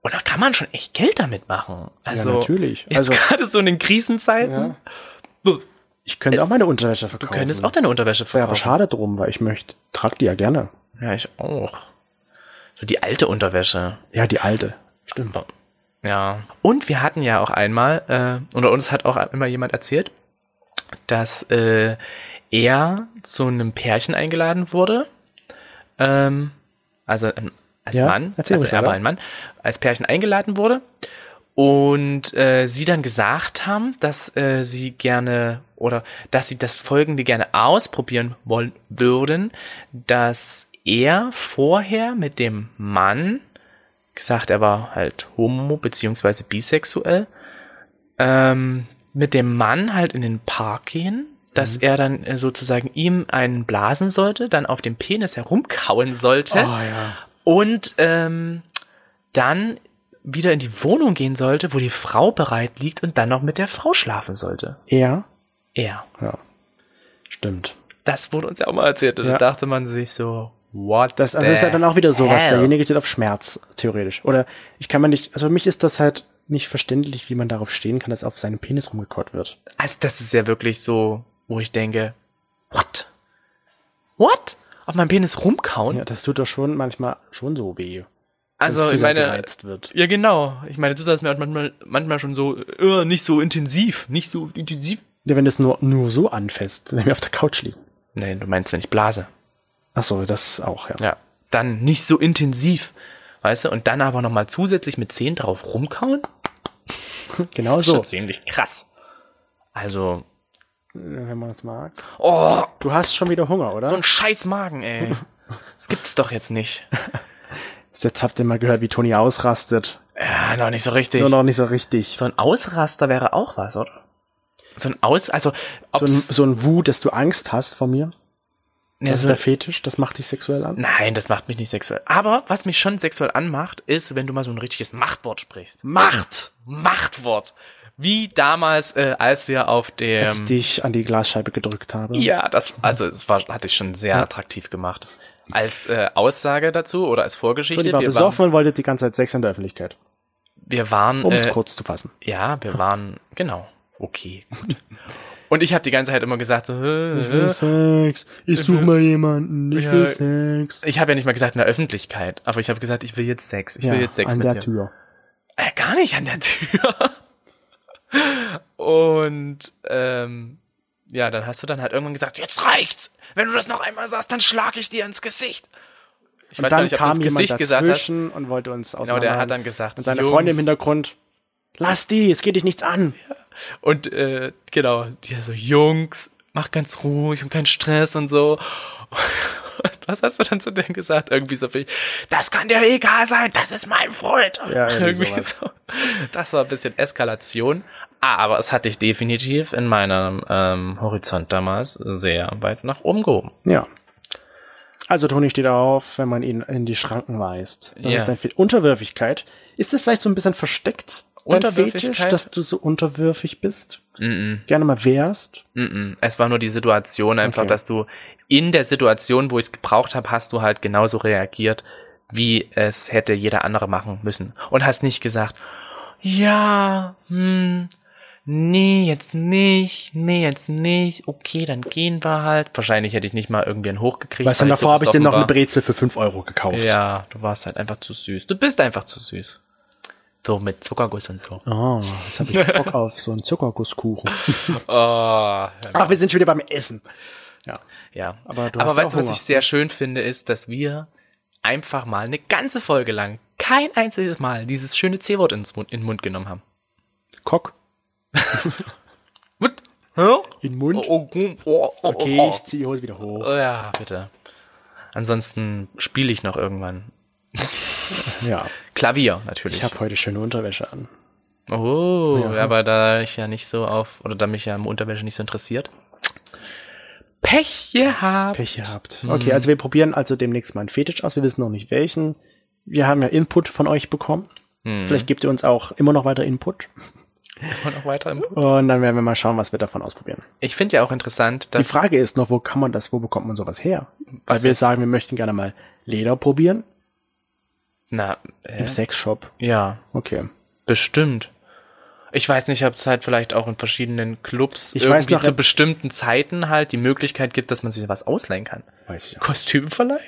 Speaker 2: Und da kann man schon echt Geld damit machen. Also
Speaker 3: natürlich.
Speaker 2: Jetzt
Speaker 3: Also-
Speaker 2: gerade so in den Krisenzeiten.
Speaker 3: Ja.
Speaker 2: Du
Speaker 3: Ich könnte
Speaker 2: Es-
Speaker 3: auch meine Unterwäsche verkaufen.
Speaker 2: könntest auch deine Unterwäsche
Speaker 3: Wäre aber
Speaker 2: verkaufen.
Speaker 3: schade drum, weil ich möchte, trag die ja gerne.
Speaker 2: Ja, ich auch. So die alte Unterwäsche.
Speaker 3: Ja, die alte. Stimmt.
Speaker 2: Ja. Und wir hatten ja auch einmal, äh, unter uns hat auch immer jemand erzählt, dass äh, er zu einem Pärchen eingeladen wurde. Ähm, also ähm, als
Speaker 3: Ja,
Speaker 2: Mann,
Speaker 3: erzähl
Speaker 2: also
Speaker 3: ruhig,
Speaker 2: er war
Speaker 3: Laura.
Speaker 2: ein Mann, als Pärchen eingeladen wurde. Und äh, sie dann gesagt haben, dass äh, sie gerne oder dass sie das folgende gerne ausprobieren wollen würden, dass er vorher mit dem Mann gesagt, er war halt homo beziehungsweise bisexuell, ähm, mit dem Mann halt in den Park gehen, dass er dann äh, sozusagen ihm einen blasen sollte, dann auf dem Penis herumkauen sollte
Speaker 3: ja.
Speaker 2: und ähm, dann wieder in die Wohnung gehen sollte, wo die Frau bereit liegt und dann noch mit der Frau schlafen sollte.
Speaker 3: Er?
Speaker 2: Er.
Speaker 3: Ja. Stimmt.
Speaker 2: Das wurde uns ja auch mal erzählt. Und
Speaker 3: Ja.
Speaker 2: Da dachte man sich so, what
Speaker 3: Das also ist ja dann auch wieder sowas.
Speaker 2: hell?
Speaker 3: Derjenige steht auf Schmerz, theoretisch. Oder ich kann mir nicht, also für mich ist das halt nicht verständlich, wie man darauf stehen kann, dass auf seinem Penis rumgekaut wird.
Speaker 2: Also das ist ja wirklich so, wo ich denke, what? What? Auf meinem Penis rumkauen?
Speaker 3: Ja, das tut doch schon manchmal schon so weh. wenn es
Speaker 2: also
Speaker 3: zu
Speaker 2: ich
Speaker 3: sehr
Speaker 2: meine,
Speaker 3: Gereizt wird.
Speaker 2: ja genau. Ich meine, du sagst mir halt manchmal, manchmal schon so, äh, nicht so intensiv, nicht so intensiv.
Speaker 3: Ja, wenn das nur, nur so anfasst, wenn wir auf der Couch liegen.
Speaker 2: Nee, du meinst, wenn ich blase.
Speaker 3: Ach so, das auch, ja.
Speaker 2: Ja. Dann nicht so intensiv, weißt du? Und dann aber nochmal zusätzlich mit 10 drauf rumkauen?
Speaker 3: genau
Speaker 2: Das ist
Speaker 3: so.
Speaker 2: schon ziemlich krass. Also,
Speaker 3: Wenn man es mag.
Speaker 2: oh,
Speaker 3: Du hast schon wieder Hunger, oder?
Speaker 2: so ein scheiß Magen, ey. Das gibt's doch jetzt nicht.
Speaker 3: Jetzt habt ihr mal gehört, wie Toni ausrastet.
Speaker 2: Ja, noch nicht so richtig.
Speaker 3: Nur noch nicht so richtig.
Speaker 2: So ein Ausraster wäre auch was, oder? So ein Aus, also
Speaker 3: So ein,
Speaker 2: ob's,
Speaker 3: so ein Wut, dass du Angst hast vor mir.
Speaker 2: nee,
Speaker 3: Das
Speaker 2: so,
Speaker 3: ist der Fetisch, das macht dich sexuell an.
Speaker 2: nein, das macht mich nicht sexuell. Aber was mich schon sexuell anmacht, ist, wenn du mal so ein richtiges Machtwort sprichst.
Speaker 3: Macht!
Speaker 2: Machtwort, wie damals, äh, als wir auf dem,
Speaker 3: Als ich dich an die Glasscheibe gedrückt habe.
Speaker 2: Ähm. ja, das, also es war, hatte ich schon sehr attraktiv gemacht. Als äh, Aussage dazu oder als Vorgeschichte,
Speaker 3: Toni war
Speaker 2: wir,
Speaker 3: besoffen und wollte die ganze Zeit Sex in der Öffentlichkeit.
Speaker 2: waren, wir waren,
Speaker 3: Um es
Speaker 2: äh,
Speaker 3: kurz zu fassen.
Speaker 2: ja, wir waren, genau, okay, gut. Und ich habe die ganze Zeit immer gesagt, so, äh, äh,
Speaker 3: Mhm. Sex, ich suche mal jemanden, ich
Speaker 2: Ja.
Speaker 3: Sex.
Speaker 2: Ich habe ja nicht mal gesagt in der Öffentlichkeit, aber ich habe gesagt, ich will jetzt Sex. Ich will jetzt Sex
Speaker 3: an
Speaker 2: mit
Speaker 3: der
Speaker 2: dir.
Speaker 3: Tür.
Speaker 2: Äh, gar nicht an der Tür. Und ähm, ja, dann hast du dann halt irgendwann gesagt, jetzt reicht's. Wenn du das noch einmal sagst, dann schlag ich dir ins Gesicht. Ich
Speaker 3: Und dann kam
Speaker 2: ins
Speaker 3: jemand
Speaker 2: Gesicht gesagt hast.
Speaker 3: dazwischen und wollte uns aus.
Speaker 2: Genau, der hat dann gesagt,
Speaker 3: Und seine
Speaker 2: Jungs.
Speaker 3: Freundin im Hintergrund, lass die, es geht dich nichts an.
Speaker 2: Und äh, genau, die so, Jungs, mach ganz ruhig und keinen Stress und so. Und was hast du dann zu denen gesagt? Irgendwie so viel, das kann dir egal sein, das ist mein Freund.
Speaker 3: Ja, irgendwie sowas.
Speaker 2: so. Das war ein bisschen Eskalation. Ah, aber es hat dich definitiv in meinem ähm, Horizont damals sehr weit nach oben gehoben.
Speaker 3: Ja. Also Toni steht auf, wenn man ihn in die Schranken weist. Das
Speaker 2: Ja.
Speaker 3: ist dein Fetisch. Unterwürfigkeit. Ist das vielleicht so ein bisschen versteckt? Dein
Speaker 2: Unterwürfigkeit? Mhm.
Speaker 3: Fetisch, dass du so unterwürfig bist? Gerne mal wärst?
Speaker 2: Mm-mm. Mhm. Es war nur die Situation einfach,
Speaker 3: Okay.
Speaker 2: dass du in der Situation, wo ich es gebraucht habe, hast du halt genauso reagiert, wie es hätte jeder andere machen müssen. Und hast nicht gesagt, ja, hm, nee, jetzt nicht, nee, jetzt nicht, okay, dann gehen wir halt. Wahrscheinlich hätte ich nicht mal irgendwen hochgekriegt.
Speaker 3: Weißt du,
Speaker 2: weil
Speaker 3: davor habe ich dir noch eine
Speaker 2: besoffen
Speaker 3: Brezel für 5 Euro gekauft.
Speaker 2: war. Ja, du warst halt einfach zu süß. Du bist einfach zu süß. So mit Zuckerguss und so.
Speaker 3: Oh, jetzt habe ich Bock auf so einen Zuckergusskuchen.
Speaker 2: Oh,
Speaker 3: Ach, wir sind schon wieder beim Essen. Ja.
Speaker 2: Ja,
Speaker 3: Aber du
Speaker 2: aber
Speaker 3: hast
Speaker 2: weißt
Speaker 3: auch
Speaker 2: du, was
Speaker 3: Hunger.
Speaker 2: ich sehr schön finde, ist, dass wir einfach mal eine ganze Folge lang, kein einziges Mal, dieses schöne C-Wort ins Mund, in den Mund genommen haben.
Speaker 3: Kock
Speaker 2: What? Hä?
Speaker 3: in den Mund.
Speaker 2: Oh, oh, oh, oh,
Speaker 3: Okay,
Speaker 2: oh.
Speaker 3: ich ziehe die Hose wieder hoch.
Speaker 2: oh, ja, bitte. Ansonsten spiele ich noch irgendwann. Äh.
Speaker 3: Ja,
Speaker 2: Klavier, natürlich.
Speaker 3: ich habe heute schöne Unterwäsche an.
Speaker 2: oh, aber da ich ja nicht so auf, oder da mich ja im Unterwäsche nicht so interessiert. Pech gehabt.
Speaker 3: Pech gehabt. Okay, also wir probieren also demnächst mal einen Fetisch aus. Wir wissen noch nicht welchen. Wir haben ja Input von euch bekommen.
Speaker 2: Hm. Mhm.
Speaker 3: Vielleicht gebt ihr uns auch immer noch weiter Input.
Speaker 2: Wollen wir noch weiter im-
Speaker 3: Und dann werden wir mal schauen, was wir davon ausprobieren.
Speaker 2: Ich finde ja auch interessant,
Speaker 3: Die
Speaker 2: dass
Speaker 3: Frage ist noch, wo kann man das, wo bekommt man sowas her? Weil wir sagen, wir möchten gerne mal Leder probieren.
Speaker 2: na, äh,
Speaker 3: Im Sexshop.
Speaker 2: ja,
Speaker 3: Okay.
Speaker 2: Bestimmt. Ich weiß nicht, ob es halt vielleicht auch in verschiedenen Clubs
Speaker 3: Ich weiß
Speaker 2: irgendwie
Speaker 3: noch,
Speaker 2: zu
Speaker 3: im-
Speaker 2: bestimmten Zeiten halt die Möglichkeit gibt, dass man sich was ausleihen kann.
Speaker 3: Weiß ich auch.
Speaker 2: Kostümverleih?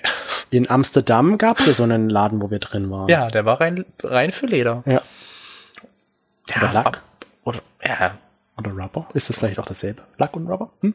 Speaker 3: In Amsterdam gab es ja so einen Laden, wo wir drin waren.
Speaker 2: Ja, der war rein, rein für Leder.
Speaker 3: Ja.
Speaker 2: Ja,
Speaker 3: Oder Lack.
Speaker 2: ab- Oder, ja.
Speaker 3: Oder Rubber? Ist das vielleicht auch dasselbe? Lack und Rubber? Hm?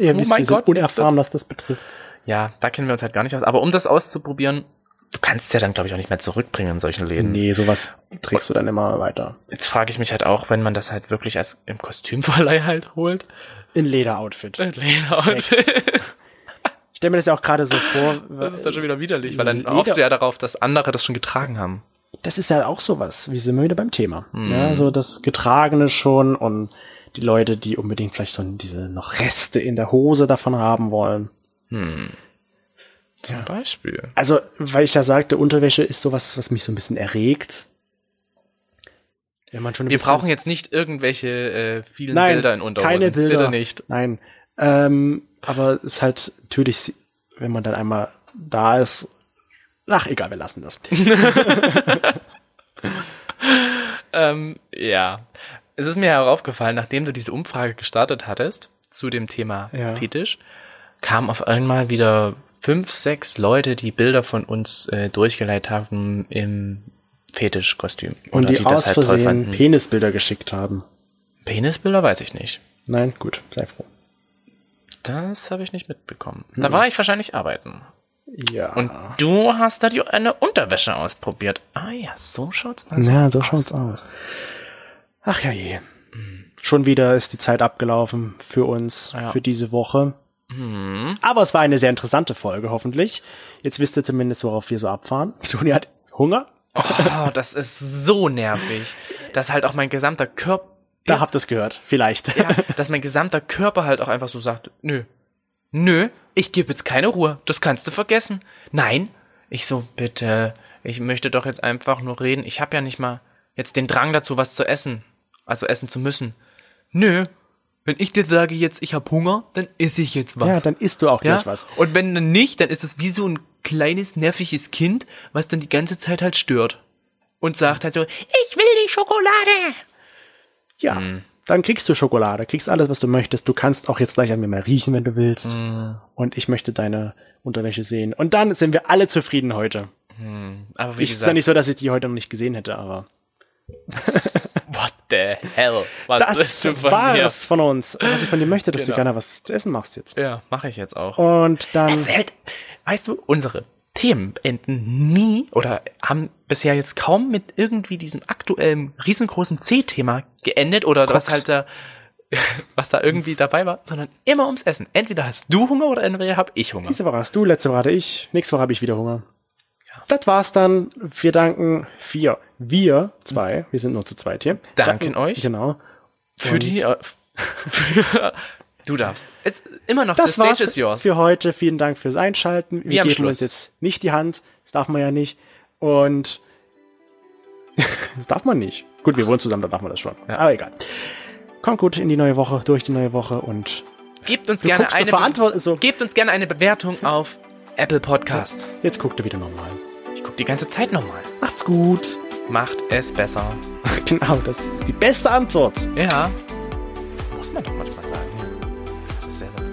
Speaker 3: Ihr
Speaker 2: Oh
Speaker 3: wisst,
Speaker 2: mein
Speaker 3: wir sind
Speaker 2: Gott,
Speaker 3: unerfahren,
Speaker 2: das-
Speaker 3: was das betrifft.
Speaker 2: Ja, da kennen wir uns halt gar nicht aus. Aber um das auszuprobieren, du kannst ja dann, glaube ich, auch nicht mehr zurückbringen in solchen Läden.
Speaker 3: Nee, sowas trägst du dann immer weiter.
Speaker 2: Jetzt frage ich mich halt auch, wenn man das halt wirklich als im Kostümverleih halt holt.
Speaker 3: In Lederoutfit.
Speaker 2: Mit Leder und-
Speaker 3: Ich stelle mir das ja auch gerade so vor.
Speaker 2: Das ist dann schon wieder widerlich,
Speaker 3: So
Speaker 2: weil dann
Speaker 3: Leder-
Speaker 2: hoffst du ja darauf, dass andere das schon getragen haben.
Speaker 3: das ist ja auch sowas. Wir sind wieder beim Thema.
Speaker 2: Hm.
Speaker 3: Ja, so das Getragene schon und die Leute, die unbedingt vielleicht so diese noch Reste in der Hose davon haben wollen.
Speaker 2: Zum Beispiel.
Speaker 3: Also, weil ich ja sagte, Unterwäsche ist sowas, was mich so ein bisschen erregt. Wenn man schon ein
Speaker 2: Wir
Speaker 3: bisschen-
Speaker 2: brauchen jetzt nicht irgendwelche äh, vielen
Speaker 3: Nein,
Speaker 2: Bilder in Unterhosen.
Speaker 3: Keine Bilder.
Speaker 2: Bitte nicht.
Speaker 3: Nein. Ähm, aber es ist halt natürlich, wenn man dann einmal da ist, ach egal, wir lassen das.
Speaker 2: Ähm, ja. Es ist mir heraufgefallen, nachdem du diese Umfrage gestartet hattest zu dem Thema
Speaker 3: Ja.
Speaker 2: Fetisch, kamen auf einmal wieder fünf, sechs Leute, die Bilder von uns äh, durchgeleitet haben im Fetischkostüm.
Speaker 3: Und
Speaker 2: Oder halt
Speaker 3: die, aus Versehen Penisbilder geschickt haben.
Speaker 2: Penisbilder weiß ich nicht.
Speaker 3: Nein, gut, sei froh.
Speaker 2: Das habe ich nicht mitbekommen.
Speaker 3: Hm.
Speaker 2: Da war ich wahrscheinlich arbeiten.
Speaker 3: Ja.
Speaker 2: Und du hast da die, eine Unterwäsche ausprobiert. Ah ja, so schaut's also aus.
Speaker 3: ja, so schaut's aus. Ach ja je. Schon wieder ist die Zeit abgelaufen für uns,
Speaker 2: Ah Ja. Mhm.
Speaker 3: für diese Woche. Aber es war eine sehr interessante Folge, hoffentlich. Jetzt wisst ihr zumindest, worauf wir so abfahren. Toni hat Hunger.
Speaker 2: Oh, das ist so nervig, dass halt auch mein gesamter Körper
Speaker 3: Da habt ihr es gehört, vielleicht.
Speaker 2: ja, dass mein gesamter Körper halt auch einfach so sagt, nö, nö, ich gebe jetzt keine Ruhe, das kannst du vergessen. Nein, ich so, bitte, ich möchte doch jetzt einfach nur reden, ich habe ja nicht mal jetzt den Drang dazu, was zu essen, also essen zu müssen. Nö, wenn ich dir sage jetzt, ich habe Hunger, dann esse ich jetzt was.
Speaker 3: Ja, dann isst du auch
Speaker 2: Ja?
Speaker 3: gleich was.
Speaker 2: Und wenn dann nicht, dann ist es wie so ein kleines, nerviges Kind, was dann die ganze Zeit halt stört. Und sagt halt so, ich will die Schokolade.
Speaker 3: Ja.
Speaker 2: Mhm.
Speaker 3: Dann kriegst du Schokolade, kriegst alles, was du möchtest. Du kannst auch jetzt gleich an mir mal riechen, wenn du willst.
Speaker 2: Mhm.
Speaker 3: Und ich möchte deine Unterwäsche sehen. Und dann sind wir alle zufrieden heute.
Speaker 2: Aber wie
Speaker 3: Ich, es ist ja
Speaker 2: gesagt,
Speaker 3: nicht so, dass ich die heute noch nicht gesehen hätte, aber.
Speaker 2: What the hell? Was
Speaker 3: Das
Speaker 2: willst du von
Speaker 3: war
Speaker 2: mir?
Speaker 3: es von uns. Was ich von dir möchte, dass du
Speaker 2: Genau.
Speaker 3: gerne was zu essen machst jetzt.
Speaker 2: Ja, mache ich jetzt auch.
Speaker 3: Und dann.
Speaker 2: Es hält, weißt du, unsere Themen enden nie oder haben bisher jetzt kaum mit irgendwie diesem aktuellen riesengroßen C-Thema geendet oder was
Speaker 3: Koks.
Speaker 2: halt da, was da irgendwie dabei war, sondern immer ums Essen. Entweder hast du Hunger oder entweder hab ich Hunger.
Speaker 3: Diese Woche hast du, letzte Woche hatte ich, nächste Woche habe ich wieder Hunger. Das war's dann. Wir danken vier. Wir zwei. Wir sind nur zu zweit hier.
Speaker 2: Danken euch.
Speaker 3: Genau.
Speaker 2: Für die, äh, für, du darfst. Es, immer noch,
Speaker 3: Das
Speaker 2: the stage
Speaker 3: war's
Speaker 2: is yours.
Speaker 3: für heute. Vielen Dank fürs Einschalten. Wir,
Speaker 2: Wir am
Speaker 3: geben
Speaker 2: Schluss.
Speaker 3: uns jetzt nicht die Hand. Das darf man ja nicht. Und das darf man nicht. Gut, wir wohnen zusammen, dann darf man das schon.
Speaker 2: Ja.
Speaker 3: Aber egal. Kommt gut in die neue Woche, durch die neue Woche und
Speaker 2: Gebt uns
Speaker 3: du
Speaker 2: gerne
Speaker 3: guckst so
Speaker 2: eine,
Speaker 3: verantwort- so.
Speaker 2: gebt uns gerne eine Bewertung auf Apple Podcast.
Speaker 3: jetzt guckt ihr wieder normal.
Speaker 2: Ich guck die ganze Zeit nochmal.
Speaker 3: Macht's gut.
Speaker 2: Macht es besser.
Speaker 3: Genau, das ist die beste Antwort.
Speaker 2: Ja. Muss man doch manchmal sagen. Das ist ja sonst